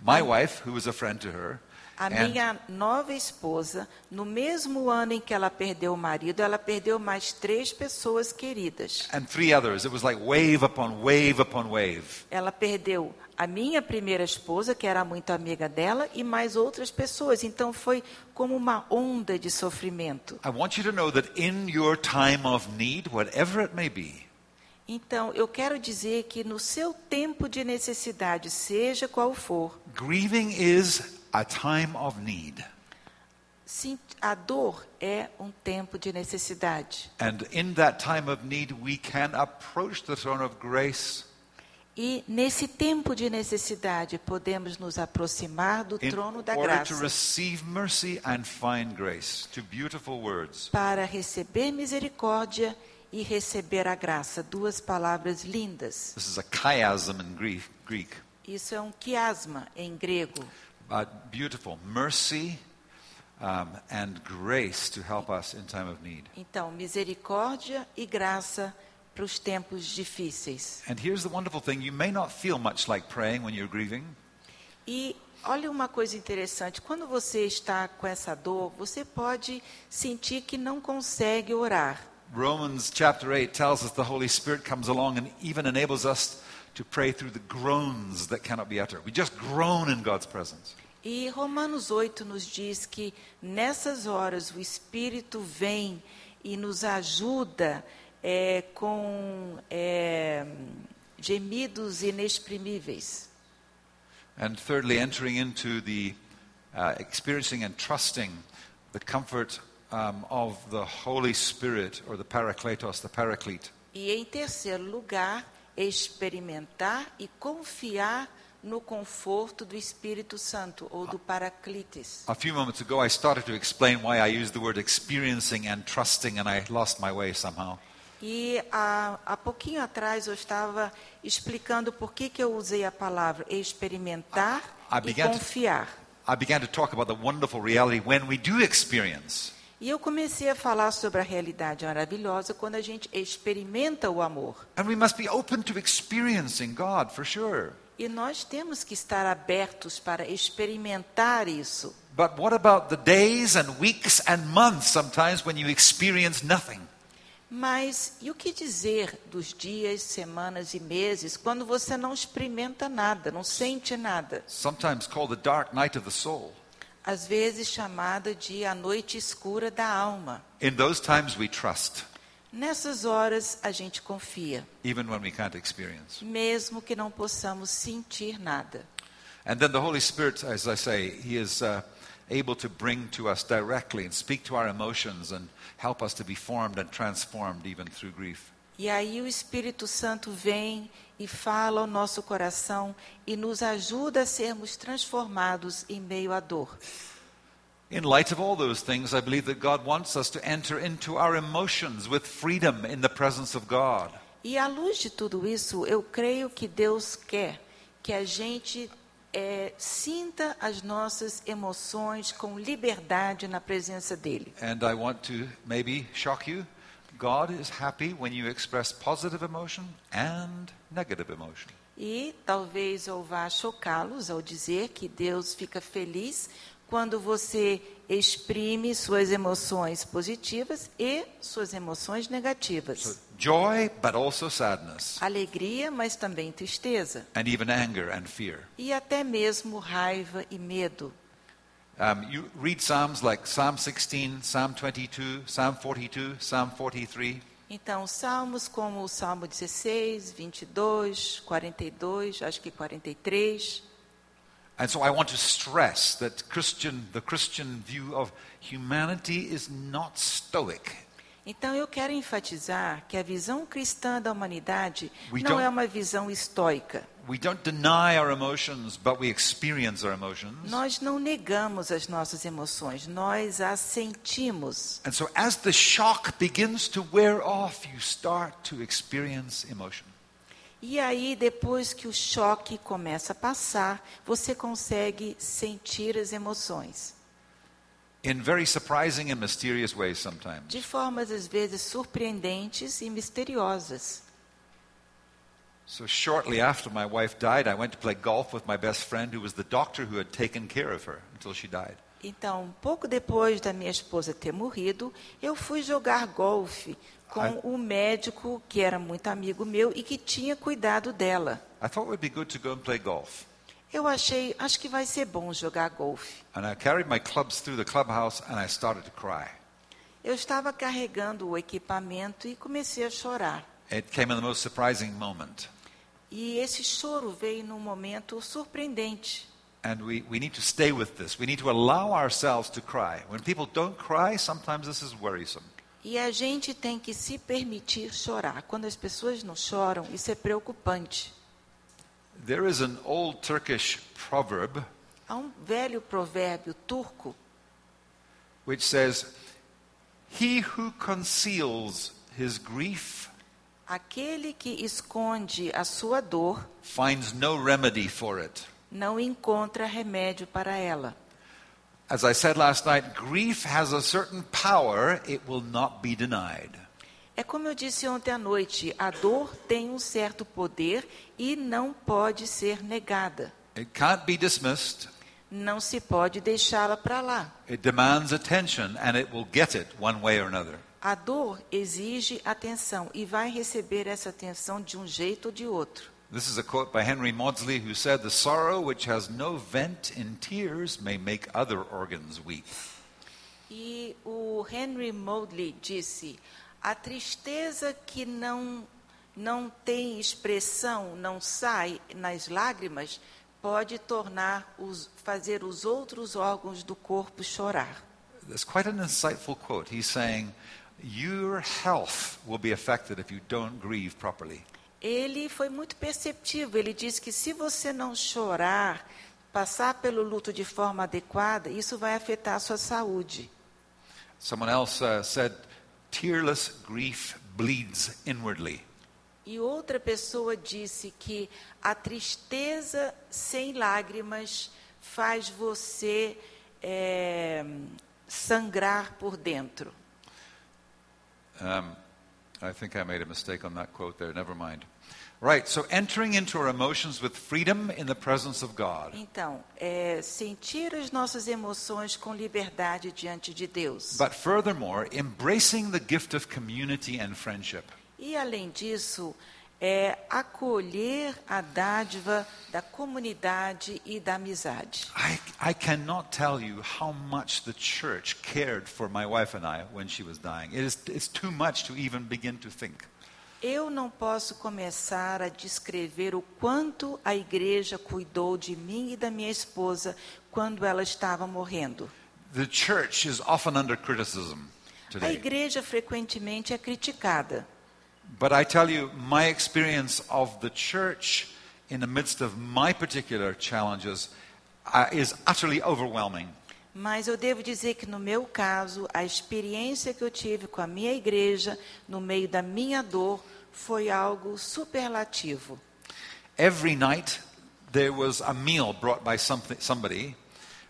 My wife, who was a friend to her,
A
and
minha nova esposa, no mesmo ano em que ela perdeu o marido, ela perdeu mais três pessoas queridas.
and three others. It was like wave upon wave upon wave.
Ela perdeu a minha primeira esposa, que era muito amiga dela, e mais outras pessoas. Então foi como uma onda de sofrimento.
I want you to know that in your time of need, whatever it may be,
Então eu quero dizer que no seu tempo de necessidade, seja qual for,
grieving is a time of need.
sim- a dor é um tempo de necessidade.
And in that time of need, we can approach the throne of grace
E nesse tempo de necessidade, podemos nos aproximar do
in
trono da
order to
graça.
receive mercy and find grace. Two beautiful words.
para receber misericórdia e receber a graça. Duas palavras lindas.
This is a chiasm in Greek. Greek.
Isso é um quiasma em grego.
But beautiful. Mercy um, and grace to help us in time of need.
Então, misericórdia e graça para os tempos difíceis.
And here's the wonderful thing you may not feel much like praying when you're grieving,
E olha uma coisa interessante: quando você está com essa dor, você pode sentir que não consegue orar.
Romans chapter 8 tells us the Holy Spirit comes along and even enables us to pray through the groans that cannot be uttered. We just groan in God's presence.
E Romanos 8 nos diz que nessas horas o Espírito vem e nos ajuda eh, com eh, gemidos inexprimíveis.
And thirdly, entering into the uh, experiencing and trusting the comfort um, of the Holy Spirit or the Parakletos, the Paraclete.
E em terceiro lugar, experimentar e confiar no conforto do Espírito Santo ou do Paraclites.
A few moments ago, I started to explain why I used the word experiencing and trusting, and I lost my way somehow.
E há, há pouquinho atrás eu estava explicando por que, que eu usei a palavra experimentar
Ah,
e
obrigado.
confiar.
I began to talk about the wonderful reality when we do experience
E eu comecei a falar sobre a realidade maravilhosa quando a gente experimenta o amor.
And we must be open to experiencing God for sure.
E nós temos que estar abertos para experimentar isso.
But what about the days and weeks and months sometimes when you experience nothing?
Mas e o que dizer dos dias, semanas e meses quando você não experimenta nada, não sente nada?
Sometimes called the dark night of the soul.
Às vezes chamada de a noite escura da alma.
In those times we trust,
Nessas horas a gente confia,
even when we can't experience.
mesmo que não possamos sentir nada.
And then the Holy Spirit, as I say, He is uh, able to bring to us directly and speak to our emotions and help us to be formed and transformed even through grief.
E aí o Espírito Santo vem e fala ao nosso coração e nos ajuda a sermos transformados em meio à dor.
In light of all those things, I believe that God wants us to enter into our emotions with freedom in the presence of God.
E à luz de tudo isso, eu creio que Deus quer que a gente eh, sinta as nossas emoções com liberdade na presença dele.
And I want to maybe shock you. God is happy when you express positive emotion and negative emotion.
E talvez eu vá chocá-los ao dizer que Deus fica feliz quando você exprime suas emoções positivas e suas emoções
So
negativas.
joy, but also sadness,
Alegria, mas também tristeza.
and even anger and fear.
E até mesmo raiva e medo.
Um, you read Psalms like Psalm 16, Psalm 22, Psalm 42, Psalm 43.
Então, salmos como o Salmo 16, 22, 42, acho que 43.
And so I want to stress that Christian, the Christian view of humanity is not stoic.
Então, eu quero enfatizar que a visão cristã da humanidade
We
não
don't-
é uma visão estoica.
We don't deny our emotions, but we experience our emotions.
Nós não negamos as nossas emoções, nós as sentimos.
And so as the shock begins to wear off, you start to experience emotion.
E aí, depois que o choque começa a passar, você consegue sentir as emoções.
In very surprising and mysterious ways sometimes.
De formas, às vezes, surpreendentes e misteriosas.
So shortly after my wife died, I went to play golf with my best friend who was the doctor who had taken care of her until she died.
Então, pouco depois da minha esposa ter morrido, eu fui jogar golfe com
Ah.
o médico que era muito amigo meu e que tinha cuidado dela.
I thought it would be good to go and play golf.
Eu achei, acho que vai ser bom jogar golfe.
And I carried my clubs through the clubhouse and I started to cry.
Eu estava carregando o equipamento e comecei a chorar.
It came in the most surprising moment.
E esse choro veio num momento surpreendente.
And we, we need to stay with this. We need to allow ourselves to cry. When people don't cry, sometimes this is worrisome.
E a gente tem que se permitir chorar. Quando as pessoas não choram, isso é preocupante.
There is an old Turkish proverb
Há um velho provérbio turco
which says, He who conceals his grief
Aquele que esconde a sua dor
finds no remedy for it.
não encontra remédio para ela.
As I said last night, grief has a certain power, it will not be denied.
É como eu disse ontem à noite, a dor tem um certo poder e não pode ser negada.
It can't be dismissed,
Não se pode deixá-la para lá.
it demands attention, and it will get it one way or another.
A dor exige atenção e vai receber essa atenção de um jeito ou de outro.
This is a quote by Henry Maudsley, who said, The sorrow which has no vent in tears may make other organs weep.
E o Henry Mobley disse: a tristeza que não não tem expressão, não sai nas lágrimas, pode tornar os fazer os outros órgãos do corpo chorar.
That's quite an insightful quote. He's saying, Your health will be affected if you don't grieve properly.
Ele foi muito perceptivo. Ele disse que se você não chorar, passar pelo luto de forma adequada, isso vai afetar a sua saúde.
Someone else uh, said, Tearless grief bleeds inwardly.
E outra pessoa disse que a tristeza sem lágrimas faz você eh, sangrar por dentro.
Um, I think I made a mistake on that quote there. Never mind. Right, so entering into our emotions with freedom in the presence of God.
Então, eh, sentir as nossas emoções com liberdade diante de Deus.
But furthermore, embracing the gift of community and friendship.
E além disso, é acolher a dádiva da comunidade e da amizade.
I, I cannot tell you how much the church cared for my wife and I when she was dying. It is, it's too much to even begin to think.
Eu não posso começar a descrever o quanto a igreja cuidou de mim e da minha esposa quando ela estava morrendo.
The church is often under criticism
A
today.
igreja frequentemente é criticada,
But I tell you, my experience of the church in the midst of my particular challenges uh, is utterly overwhelming.
mas eu devo dizer que no meu caso, a experiência que eu tive com a minha igreja no meio da minha dor foi algo superlativo.
Every night, there was a meal brought by something, somebody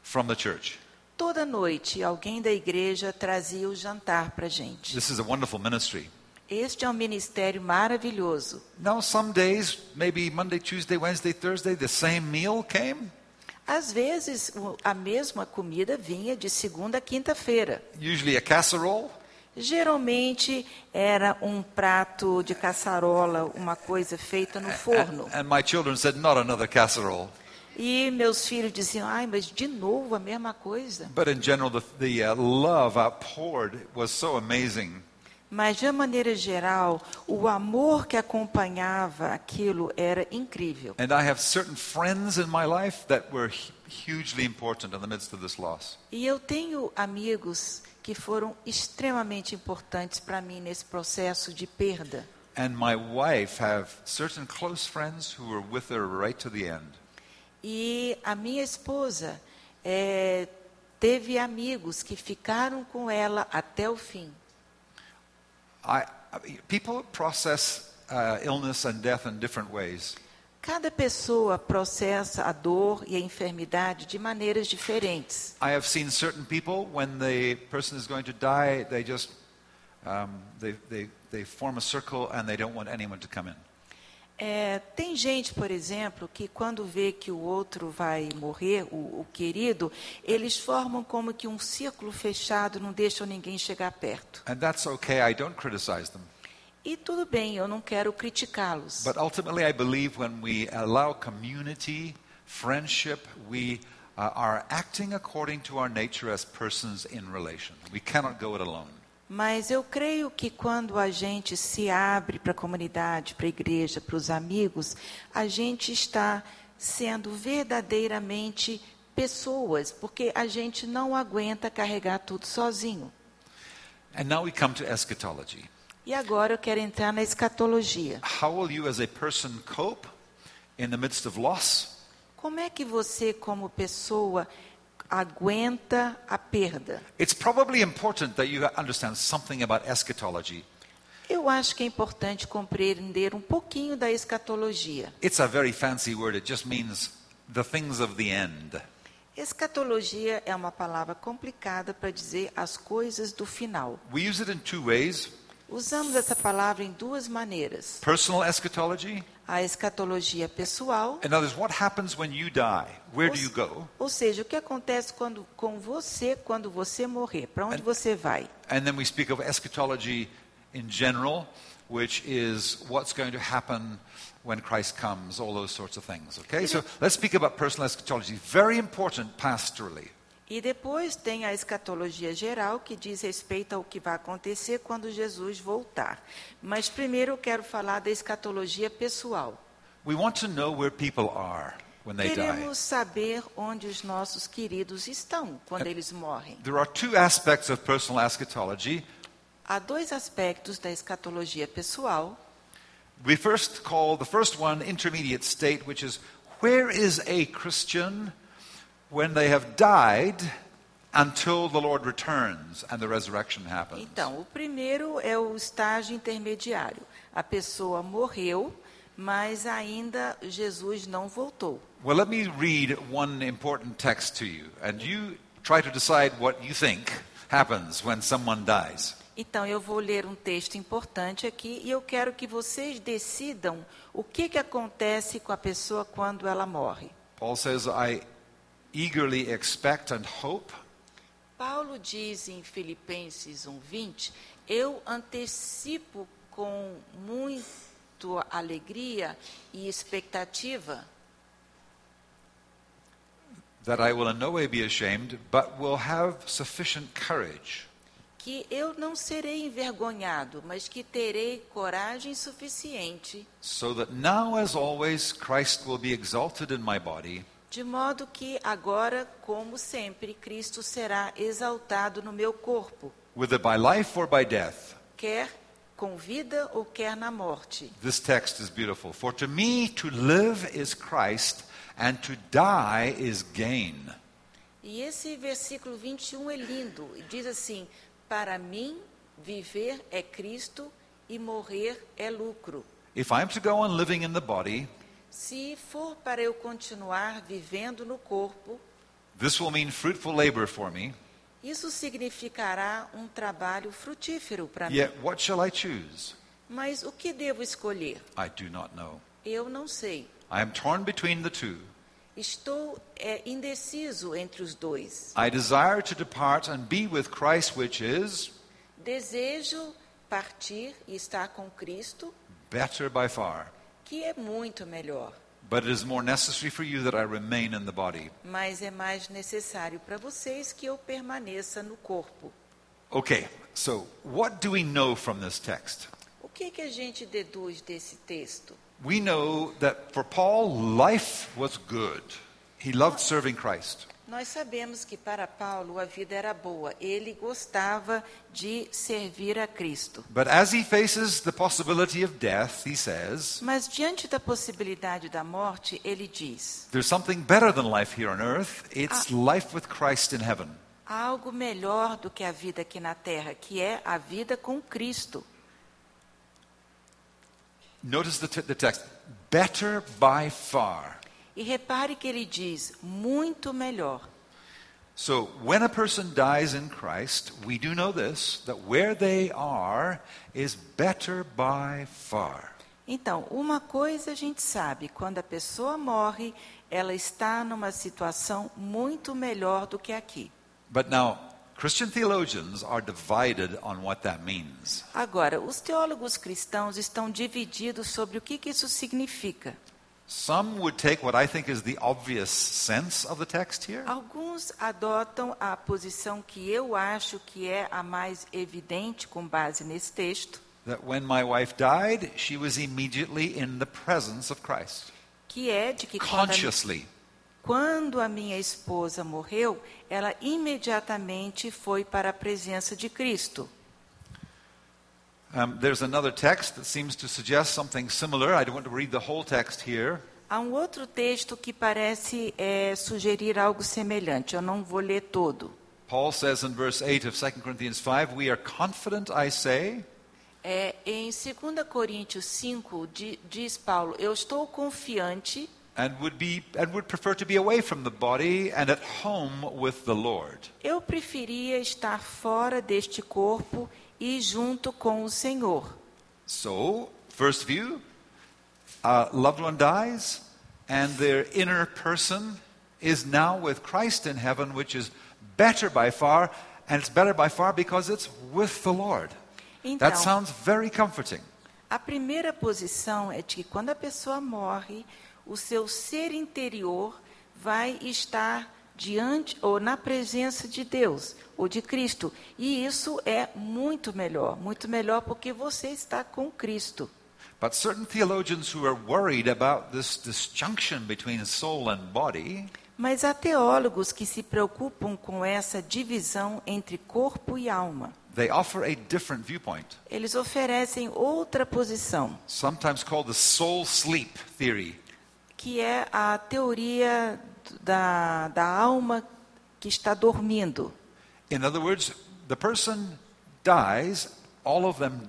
from the church.
Toda noite, alguém da igreja trazia o jantar para a gente.
This is a wonderful ministry.
Este é um ministério maravilhoso.
Now, some days, maybe Monday, Tuesday, Wednesday, Thursday, the same meal came.
Às vezes, o- a mesma comida vinha de segunda a quinta-feira.
Usually a casserole,
Geralmente, era um prato de caçarola, uma coisa feita no forno.
and my children said, Not another casserole.
E meus filhos diziam, ai, mas de novo a mesma coisa.
But in general, the, the uh, love outpoured was so amazing.
Mas, de uma maneira geral, o amor que acompanhava aquilo era incrível.
And I have certain friends in my life that were hu- hugely important in the midst of this loss.
E eu tenho amigos que foram extremamente importantes para mim nesse processo de perda.
And my wife have certain close friends who were with her right to the end.
E a minha esposa eh, teve amigos que ficaram com ela até o fim.
I, I- people process uh, illness and death in different ways.
Cada pessoa processa a dor e a enfermidade de maneiras diferentes.
I have seen certain people when the person is going to die, they just um, they, they, they form a circle and they don't want anyone to come in.
Eh, tem gente, por exemplo, que quando vê que o outro vai morrer, o, o querido, eles formam como que um círculo fechado, não deixam ninguém chegar perto.
And that's okay. I don't criticize them.
E tudo bem, eu não quero criticá-los.
But ultimately, I believe when we allow community, friendship, we uh, are acting according to our nature as persons in relation. We cannot go it alone.
Mas eu creio que quando a gente se abre para a comunidade, para a igreja, para os amigos, a gente está sendo verdadeiramente pessoas, porque a gente não aguenta carregar tudo sozinho.
And now we come to eschatology.
E agora eu quero entrar na escatologia.
How will you, as a person, cope in the midst of loss?
Como é que você, como pessoa, aguenta a perda?
It's probably important that you understand something about eschatology.
Eu acho que é importante compreender um pouquinho da escatologia.
It's a very fancy word, it just means the things of the end.
Escatologia é uma palavra complicada para dizer as coisas do final.
We use it in two ways
Usamos essa palavra em duas maneiras:
personal eschatology.
a escatologia pessoal,
In other words, what happens when you die? Where do
ou,
you go?
ou seja, o que acontece quando, com você quando você morrer, para onde você vai.
And then we speak of eschatology in general, which is what's going to happen when Christ comes, all those sorts of things. Okay? So let's speak about personal eschatology. Very important pastorally.
E depois tem a escatologia geral, que diz respeito ao que vai acontecer quando Jesus voltar. Mas primeiro eu quero falar da escatologia pessoal.
We want to know where people are when they die.
Queremos saber onde os nossos queridos estão quando eles morrem.
There are two aspects of personal eschatology.
Há dois aspectos da escatologia pessoal.
We first call the first one intermediate state, which is where is a Christian when they have died until the Lord returns and the resurrection happens?
Então, o primeiro é o estágio intermediário. A pessoa morreu, mas ainda Jesus não voltou.
Well, let me read one important text to you, and you try to decide what you think happens when someone dies.
Então, eu vou ler um texto importante aqui e eu quero que vocês decidam o que, que acontece com a pessoa quando ela morre.
Paul says, I eagerly expect and hope
Paulo diz em Filipenses 1:20, eu antecipo com muita alegria e expectativa
that I will in no way be ashamed, but will have sufficient courage.
que que eu não serei envergonhado, mas que terei coragem suficiente,
so that now, as always, Christ will be exalted in my body,
de modo que agora, como sempre, Cristo será exaltado no meu corpo,
whether by life or by death.
quer com vida ou quer na morte.
This text is beautiful. For to me, to live is Christ, and to die is gain.
E esse versículo 21 é lindo. Diz assim: Para mim, viver é Cristo e morrer é lucro.
If I'm to go on living in the body,
Se for para eu continuar vivendo no corpo,
this will mean fruitful labor for me.
isso significará um trabalho frutífero para mim.
Yet, what shall I choose?
Mas o que devo escolher?
I do not know.
Eu não sei.
I am torn between the two.
Estou é, indeciso entre os dois.
I desire to depart and be with Christ, which is
Desejo partir e estar com Cristo,
better by far.
que é muito melhor,
But it is more necessary for you that I remain in the body.
mas é mais necessário para vocês que eu permaneça no corpo.
Okay, so what do we know from this text?
O que, que a gente deduz desse texto?
We know that for Paul, life was good. He loved serving Christ.
Nós sabemos que para Paulo a vida era boa, ele gostava de servir a Cristo.
But as he faces the possibility of death, he says,
Mas diante da possibilidade da morte, ele diz:
There's something better than life here on earth. It's life with Christ in heaven.
há algo melhor do que a vida aqui na terra, que é a vida com Cristo.
Notice the, t- the text better by far.
E repare que ele diz: muito melhor.
So when a person dies in Christ, we do know this that where they are is better by far.
Então, uma coisa a gente sabe: quando a pessoa morre, ela está numa situação muito melhor do que aqui.
But now, Christian theologians are divided on what that means.
Agora, os teólogos cristãos estão divididos sobre o que, que isso significa.
Some would take what I think is the obvious sense of the text here.
Oh. Alguns adotam a posição que eu acho que é a mais evidente com base nesse texto,
That when my wife died, she was immediately in the presence of Christ,
que é de que quando a,
consciously.
quando a minha esposa morreu, ela imediatamente foi para a presença de Cristo.
Um, there's another text that seems to suggest something similar. I don't want to read the whole text here.
Há um outro texto que parece eh, sugerir algo semelhante, eu não vou ler todo.
Paul says in verse 8 of 2 Corinthians 5, We are confident, I say,
É, em 2 Coríntios 5, di- diz Paulo: Eu estou confiante
and would, be, and would prefer to be away from the body and at home with the Lord.
Eu preferia estar fora deste corpo e junto com o Senhor.
So, first view, a loved one dies, and their inner person is now with Christ in heaven, which is better by far, and it's better by far because it's with the Lord.
Então,
That sounds very comforting.
a primeira posição é de que quando a pessoa morre, o seu ser interior vai estar diante ou na presença de Deus ou de Cristo. E isso é muito melhor, muito melhor porque você está com Cristo.
But certain theologians who are worried about this disjunction between soul and body
Mas há teólogos que se preocupam com essa divisão entre corpo e alma.
they offer a different viewpoint,
Eles oferecem outra posição,
sometimes called the soul sleep theory.
que é a teoria da, da alma que está dormindo.
In other words, the person dies, all of them,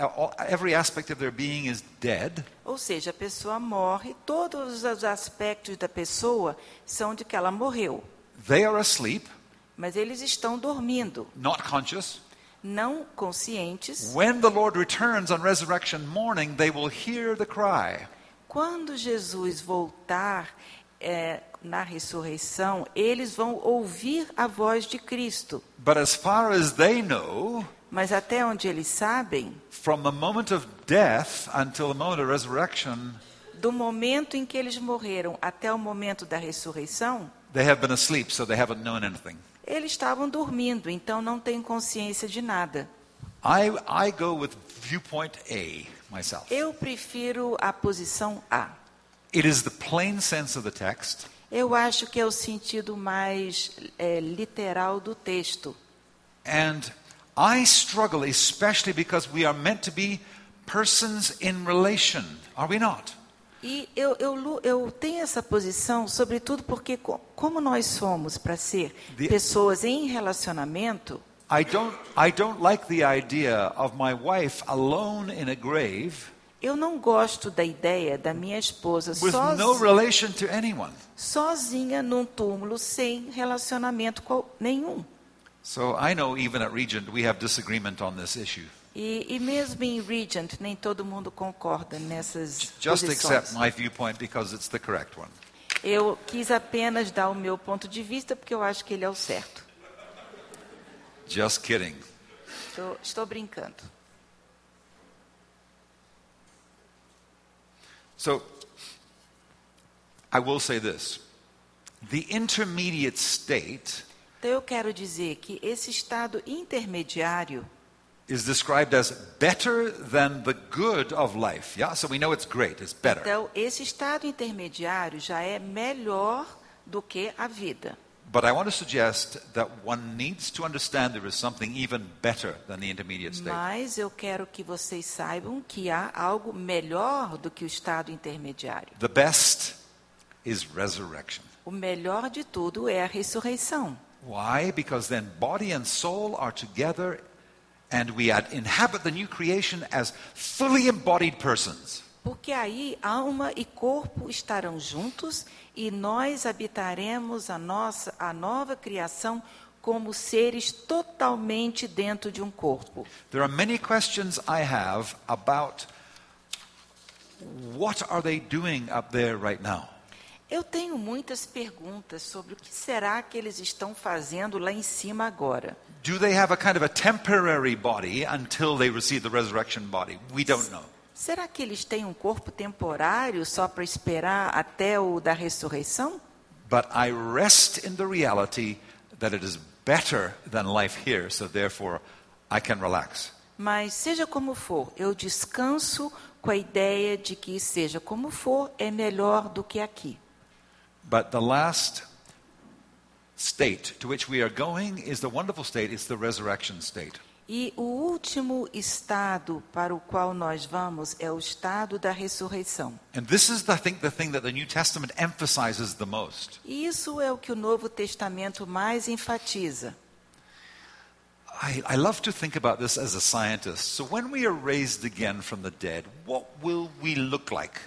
all, every aspect of their being is dead,
Ou seja, a pessoa morre, todos os aspectos da pessoa são de que ela morreu,
they are asleep,
mas eles estão dormindo,
not conscious.
não conscientes.
When the Lord returns on resurrection morning, they will hear the cry.
Quando Jesus voltar eh, na ressurreição, eles vão ouvir a voz de Cristo,
But as far as they know,
mas até onde eles sabem,
from the moment of death until the moment of resurrection,
do momento em que eles morreram até o momento da ressurreição,
they have been asleep, so they haven't known anything.
Eles estavam dormindo, então não têm consciência de nada.
I, I go with viewpoint A myself.
Eu prefiro a posição A.
It is the plain sense of the text.
Eu acho que é o sentido mais é, literal do texto.
And I struggle, especially because we are meant to be persons in relation, are we not?
E eu, eu, lu- eu tenho essa posição, sobretudo porque, co- como nós somos para ser
The-
pessoas em relacionamento,
I don't, I don't like the idea of my wife alone in a grave
eu não gosto da ideia da minha esposa
with
soz-
no relation to anyone.
sozinha num túmulo sem relacionamento qual- nenhum.
So I know even at Regent we have disagreement on this issue.
E, e mesmo em Regent, nem todo mundo concorda nessas
Just
posições.
accept my viewpoint because it's the correct one.
Eu quis apenas dar o meu ponto de vista, porque eu acho que ele é o certo.
Just kidding.
Estou, estou brincando.
So I will say this the intermediate state
Então, eu quero dizer que esse estado intermediário
is described as better than the good of life. Yeah, so we know it's great, it's better.
Então, esse estado intermediário já é melhor do que a vida.
But I want to suggest that one needs to understand there is something even better than the intermediate state.
Mas eu quero que vocês saibam que há algo melhor do que o estado intermediário.
The best is resurrection.
O melhor de tudo é a ressurreição.
Why? Because then body and soul are together and we ad- inhabit the new creation as fully embodied persons.
Porque aí alma e corpo estarão juntos e nós habitaremos a nossa a nova criação como seres totalmente dentro de um corpo.
There are many questions I have about what are they doing up there right now?
Eu tenho muitas perguntas sobre o que será que eles estão fazendo lá em cima agora.
Do they have a kind of a temporary body until they receive the resurrection body? We don't know.
Será que eles têm um corpo temporário só para esperar até o da ressurreição?
But I rest in the reality that it is better than life here, so therefore I can relax.
Mas seja como for, eu descanso com a ideia de que seja como for é melhor do que aqui.
But the last state to which we are going is the wonderful state, it's the resurrection state.
E o último estado para o qual nós vamos é o estado da ressurreição.
And this is, I think, the thing that the New Testament emphasizes the most.
E isso é o que o Novo Testamento mais enfatiza.
I, I love to think about this as a scientist. So, when we are raised again from the dead, what will we look like?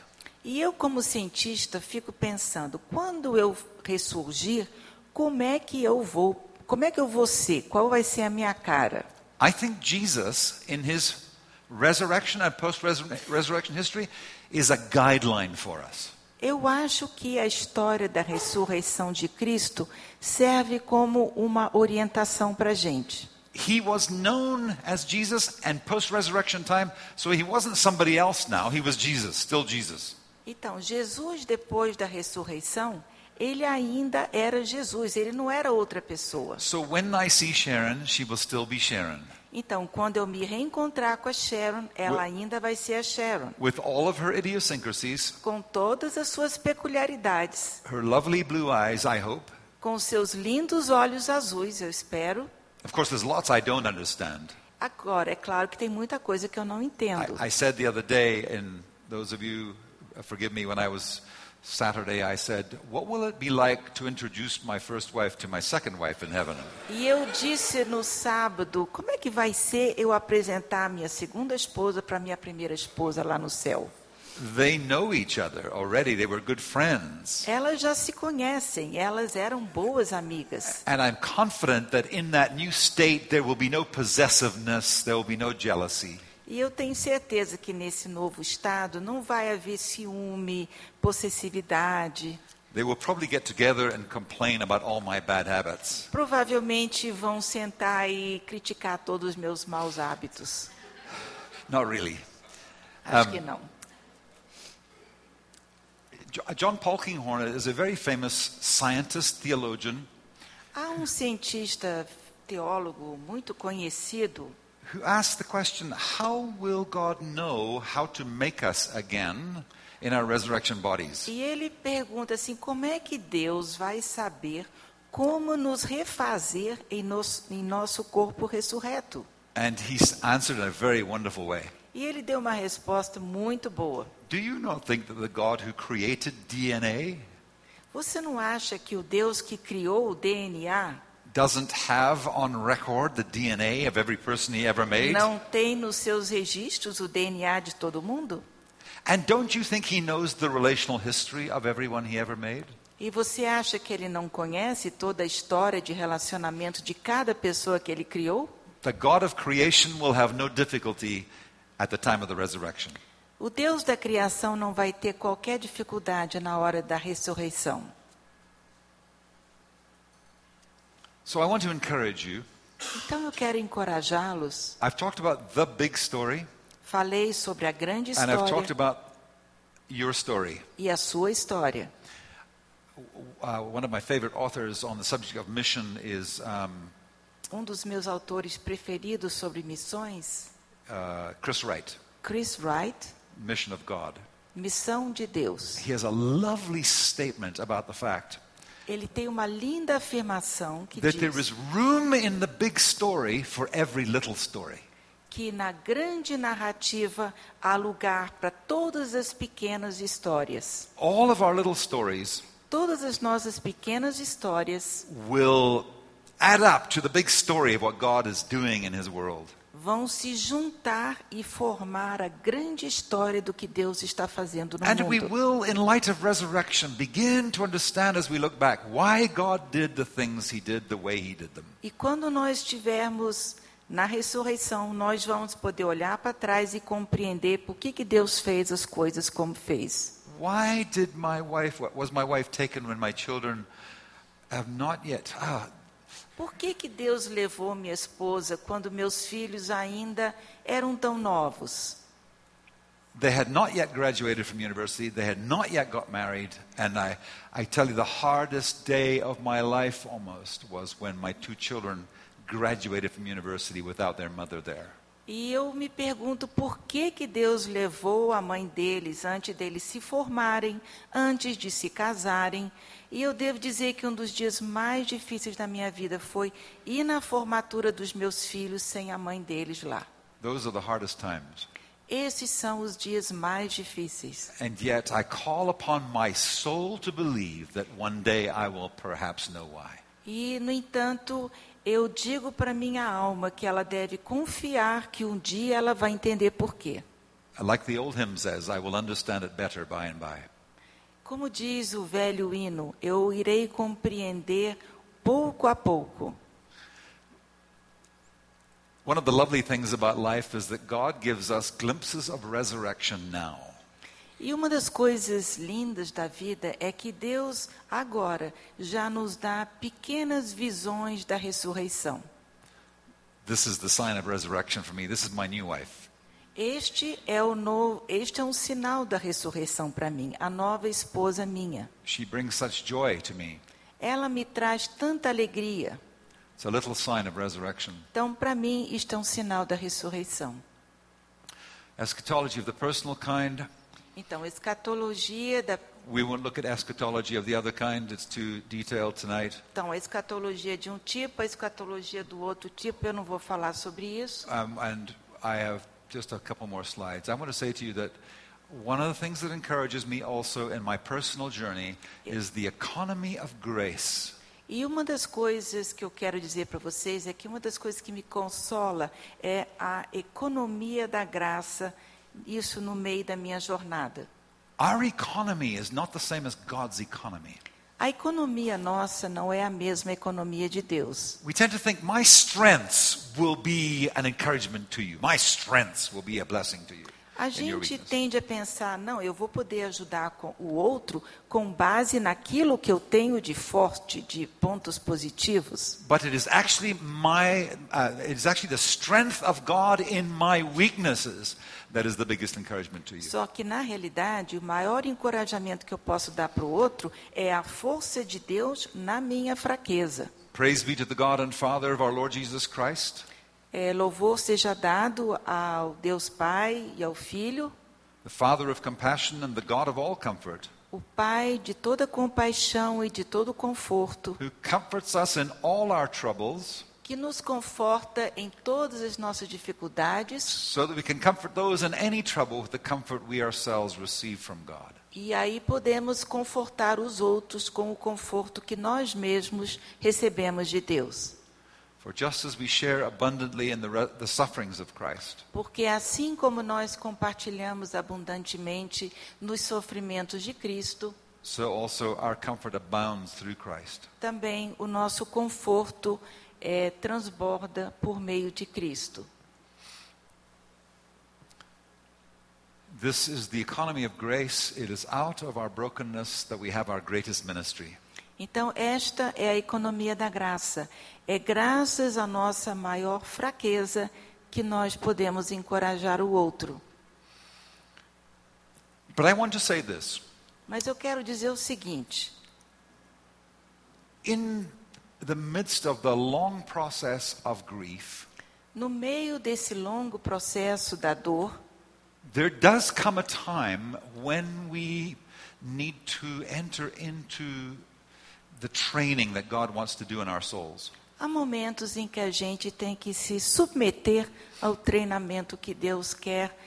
E eu, como cientista, fico pensando: quando eu ressurgir, como é que eu vou? Como é que eu vou ser? Qual vai ser a minha cara?
I think Jesus, in his resurrection and post resurrection history, is a guideline for us.
Eu acho que a história da ressurreição de Cristo serve como uma orientação para a gente.
He was known as Jesus and post resurrection time, so he wasn't somebody else now. He was Jesus, still Jesus.
Então, Jesus, depois da ressurreição, ele ainda era Jesus, ele não era outra pessoa.
So, when I see Sharon, she will still be Sharon,
Então, quando eu me reencontrar com a Sharon, ela
Ué.
ainda vai ser a Sharon,
with all of her idiosyncrasies,
com todas as suas peculiaridades,
her lovely blue eyes, I hope.
com seus lindos olhos azuis, eu espero.
Of course, there's lots I don't understand.
Agora, é claro que tem muita coisa que eu não entendo.
I, I said the other day, and those of you, uh, forgive me, when I was Saturday, I said, What will it be like to introduce my first wife to my second wife in heaven?
E eu disse no sábado, como é que vai ser eu apresentar a minha segunda esposa para minha primeira esposa lá no céu?
They know each other already, they were good friends.
Elas já se conhecem, elas eram boas amigas.
And I'm confident that in that new state, there will be no possessiveness, there will be no jealousy.
E eu tenho certeza que nesse novo estado não vai haver ciúme, possessividade.
They will probably get together and complain about all my bad habits.
Provavelmente vão sentar e criticar todos os meus maus hábitos.
Not really.
Acho
Ah.
que não.
Jo- John Polkinghorne is a very famous scientist, theologian,
Há um cientista teólogo muito conhecido
who asked the question, How will God know how to make us again in our resurrection bodies?
e ele pergunta assim: como é que Deus vai saber como nos refazer em nosso, em nosso corpo ressurreto?
And he s- answered in a very wonderful way.
E ele deu uma resposta muito boa.
Do you not think that the God who created DNA
Você não acha que o Deus que criou o DNA
doesn't have on record the DNA of every person he ever made?
não tem nos seus registros o DNA de todo mundo?
And don't you think he knows the relational history of everyone he ever made?
E você acha que ele não conhece toda a história de relacionamento de cada pessoa que ele criou?
The God of creation will have no difficulty at the time of the resurrection.
O Deus da criação não vai ter qualquer dificuldade na hora da ressurreição.
So I want to encourage you.
Então eu quero encorajá-los.
I've talked about the big story,
Falei sobre a grande
and I've talked
história
about your story.
e a sua história.
Uh, one of my favorite authors on the subject of mission is um,
Um dos meus autores preferidos sobre missões,
uh, Chris Wright,
Chris Wright,
Mission of God.
Missão de Deus.
He has a lovely statement about the fact
Ele tem uma linda afirmação que
that there
diz
is room in the big story for every little story.
que na grande narrativa há lugar para todas as pequenas histórias.
All of our little stories
Todas as nossas pequenas histórias
will add up to the big story of what God is doing in His world.
vão se juntar e formar a grande história do que Deus está fazendo no
And we
mundo.
will, in light of resurrection, begin to understand as we look back why God did the things He did the way He did them.
E quando nós estivermos na ressurreição, nós vamos poder olhar para trás e compreender por que, que Deus fez as coisas como fez.
Why did my wife, was my wife taken when my children have not yet? Ah,
Por que, que Deus levou minha esposa quando meus filhos ainda eram tão novos?
they had not yet graduated from university, they had not yet got married, and I, I tell you, the hardest day of my life almost was when my two children graduated from university without their mother there.
E eu me pergunto por que, que Deus levou a mãe deles antes deles se formarem, antes de se casarem. E eu devo dizer que um dos dias mais difíceis da minha vida foi ir na formatura dos meus filhos sem a mãe deles lá.
Those are the hardest times.
Esses são os dias mais difíceis.
And yet I call upon my soul to believe that one day I will perhaps know why.
E, no entanto, eu digo para minha alma que ela deve confiar que um dia ela vai entender por quê.
Like the old hymn says, I will understand it better by and by.
Como diz o velho hino, eu irei compreender pouco a pouco.
One of the lovely things about life is that God gives us glimpses of resurrection now.
E uma das coisas lindas da vida é que Deus agora já nos dá pequenas visões da ressurreição.
This is the sign of resurrection for me. This is my new wife.
Este é o novo, este é um sinal da ressurreição para mim, a nova esposa minha.
She brings such joy to me.
Ela me traz tanta alegria.
It's a little sign of resurrection.
Então, para mim, isto é um sinal da ressurreição.
Eschatology of the personal kind.
Então, escatologia da
We won't look at eschatology of the other kind. It's too detailed tonight.
Então, a escatologia de um tipo, a escatologia do outro tipo, eu não vou falar sobre isso.
Um, and I have just a couple more slides. I want to say to you that one of the things that encourages me also in my personal journey is the economy of grace.
E uma das coisas que eu quero dizer para vocês é que uma das coisas que me consola é a economia da graça, isso no meio da minha jornada.
Our economy is not the same as God's economy.
A economia nossa não é a mesma economia de Deus.
We tend to think my strengths will be an encouragement to you. My strengths will be a blessing to you.
A
in your
gente
weakness.
tende a pensar, não, eu vou poder ajudar com o outro com base naquilo que eu tenho de forte, de pontos positivos.
But it is actually my uh, it is actually the strength of God in my weaknesses that is the biggest encouragement to you.
Só que, na realidade, o maior encorajamento que eu posso dar para o outro é a força de Deus na minha fraqueza.
Praise be to the God and Father of our Lord Jesus Christ,
É, louvor seja dado ao Deus Pai e ao Filho,
the Father of compassion and the God of all comfort,
o Pai de toda compaixão e de todo conforto,
who comforts us in all our troubles,
que nos conforta em todas as nossas dificuldades
so that we can comfort those in any trouble with the comfort we ourselves receive from God.
e aí podemos confortar os outros com o conforto que nós mesmos recebemos de Deus.
For just as we share abundantly in the, re- the sufferings of Christ,
Porque assim como nós compartilhamos abundantemente nos sofrimentos de Cristo,
so also our comfort abounds through Christ.
também o nosso conforto eh, transborda por meio de Cristo.
This is the economy of grace. It is out of our brokenness that we have our greatest ministry.
Então, esta é a economia da graça. É graças à nossa maior fraqueza que nós podemos encorajar o outro.
But I want to say this
Mas eu quero dizer o seguinte:
in the midst of the long process of grief,
no meio desse longo processo da dor,
there does come a time when we need to enter into the training that God wants to do in our souls.
há momentos em que a gente tem que se submeter ao treinamento que Deus quer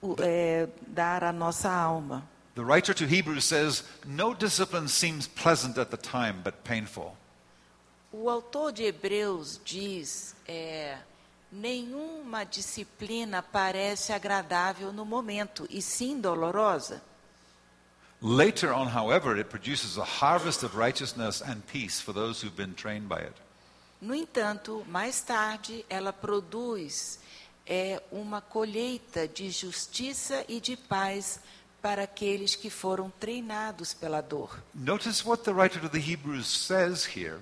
o- eh, dar à nossa alma.
The writer to Hebrews says, No discipline seems pleasant at the time, but painful.
O autor de Hebreus diz: é, nenhuma disciplina parece agradável no momento, e sim dolorosa.
Later on, however, it produces a harvest of righteousness and peace for those who've been trained by it.
No entanto, mais tarde, ela produz é, uma colheita de justiça e de paz para aqueles que foram treinados pela dor.
Notice what the writer to the Hebrews says here.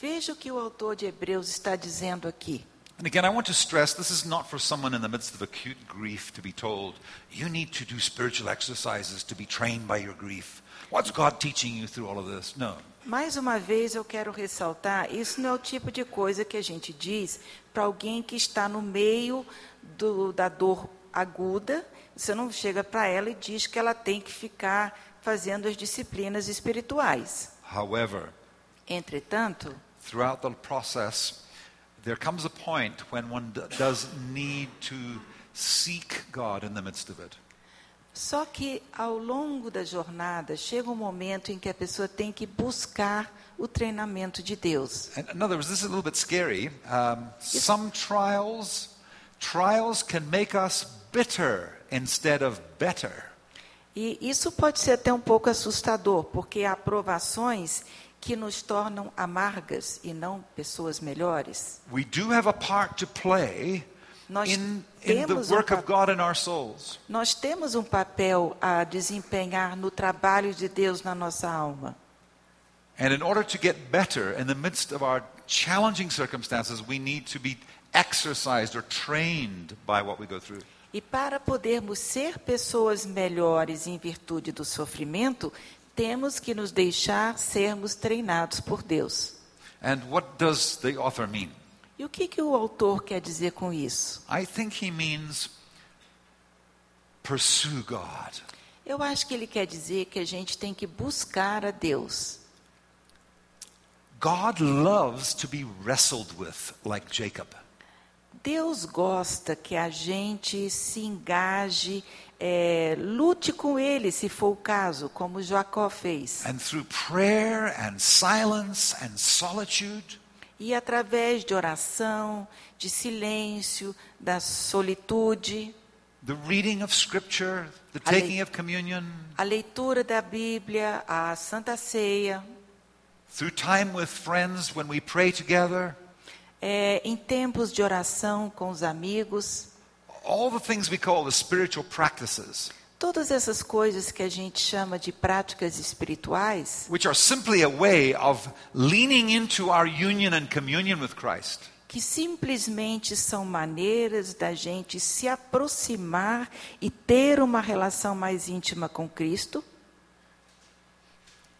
Veja o que o autor de Hebreus está dizendo aqui.
And again, I want to stress this is not for someone in the midst of acute grief to be told, you need to do spiritual exercises to be trained by your grief. What's God teaching you through all of this? No.
Mais uma vez eu quero ressaltar, isso não é o tipo de coisa que a gente diz para alguém que está no meio do- da dor aguda. Você não chega para ela e diz que ela tem que ficar fazendo as disciplinas espirituais.
However,
Entretanto,
throughout the process, there comes a point when one d- does need to seek God in the midst of it.
só que ao longo da jornada chega um momento em que a pessoa tem que buscar o treinamento de Deus.
In in other words, this is a little bit scary. Um, some trials, trials can make us bitter instead of better.
E isso pode ser até um pouco assustador, porque há provações que nos tornam amargas e não pessoas melhores.
We do have a part to play
Nós
in, in the
temos um
work of
pap-
God in our souls.
Nós temos um papel a desempenhar no trabalho de Deus na nossa alma.
And in order to get better in the midst of our challenging circumstances, we need to be exercised or trained by what we go through.
E para podermos ser pessoas melhores em virtude do sofrimento, temos que nos deixar sermos treinados por Deus.
And what does the author mean?
E o que, que o autor quer dizer com isso?
I think he means pursue God.
Eu acho que ele quer dizer que a gente tem que buscar a Deus.
God loves to be wrestled with, like Jacob.
Deus gosta que a gente se engaje, eh, lute com Ele, se for o caso, como Jacó fez.
And through prayer and silence and solitude,
E através de oração, de silêncio, da solitude,
the reading of Scripture, the
Ale-
taking of communion,
a leitura da Bíblia, a Santa Ceia,
through time with friends when we pray together,
eh, em tempos de oração com os amigos,
all the things we call the spiritual practices,
todas essas coisas que a gente chama de práticas espirituais,
which are simply a way of leaning into our union and communion with Christ.
que simplesmente são maneiras da gente se aproximar e ter uma relação mais íntima com Cristo,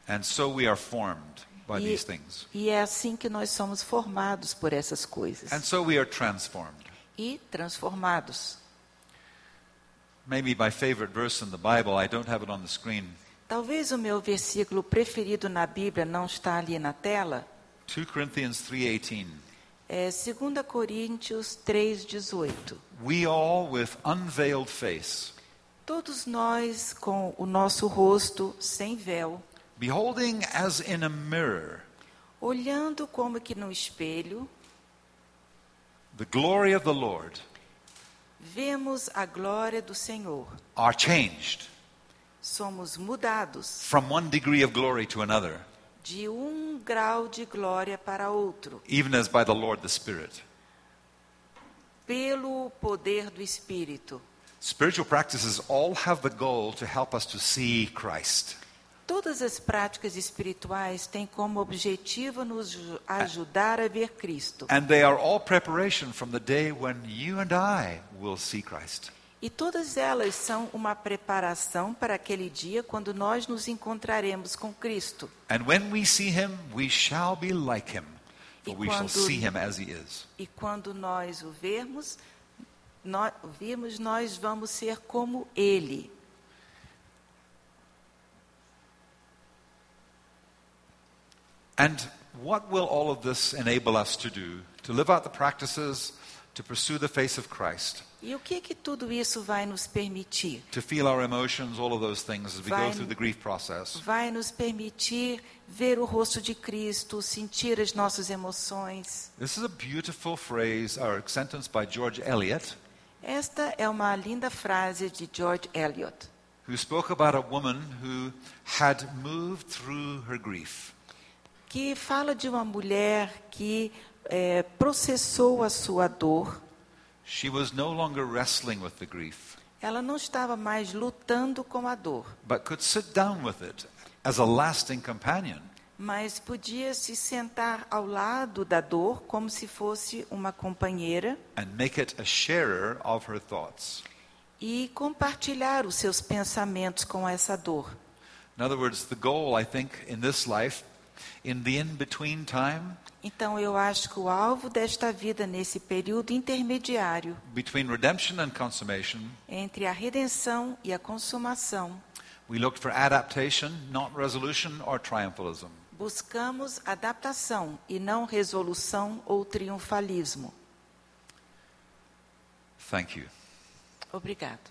And so we are formed. by
E,
these things.
e é assim que nós somos formados por essas coisas
And so we are transformed.
e transformados.
Maybe my favorite verse in the Bible, I don't have it on the screen.
Talvez o meu versículo preferido na Bíblia não está ali na tela.
2 Corinthians 3:18.
É 2 Coríntios 3,18.
We all with unveiled face,
Todos nós com o nosso rosto sem véu,
beholding as in a mirror
olhando como que no espelho,
the glory of the Lord,
vemos a glória do Senhor.
are changed
Somos mudados
from one degree of glory to another,
de um grau de glória para outro,
even as by the Lord the Spirit.
pelo poder do Espírito.
Spiritual practices all have the goal to help us to see Christ.
Todas as práticas espirituais têm como objetivo nos ju- ajudar a ver Cristo.
And they are all preparation from the day when you and I will see Christ.
E todas elas são uma preparação para aquele dia quando nós nos encontraremos com Cristo.
And when we see him, we shall be like him, for
Y
we shall
cuando-
see him as he is.
E quando nós o vermos, nós, o virmos, nós vamos ser como Ele.
And what will all of this enable us to do? To live out the practices, to pursue the face of Christ,
E o que é que tudo isso vai nos permitir?
to feel our emotions, all of those things as we go
Vai-
through the grief process.
Vai nos permitir ver o rosto de Cristo, sentir as nossas emoções.
This is a beautiful phrase or sentence by George Eliot,
Esta é uma linda frase de George Eliot,
who spoke about a woman who had moved through her grief.
que fala de uma mulher que eh, processou a sua dor.
She was no longer wrestling with the grief,
Ela não estava mais lutando com a dor,
but could sit down with it as a lasting companion.
mas podia se sentar ao lado da dor como se fosse uma companheira
and make it a sharer of her thoughts.
e compartilhar os seus pensamentos com essa dor.
In other words, the goal, I think, in this life, in the in between time
Então eu acho que o alvo desta vida nesse período intermediário
between redemption and consummation,
entre a redenção e a consumação,
we looked for adaptation, not resolution or triumphalism.
buscamos adaptação e não resolução ou triunfalismo.
Thank you.
Obrigado.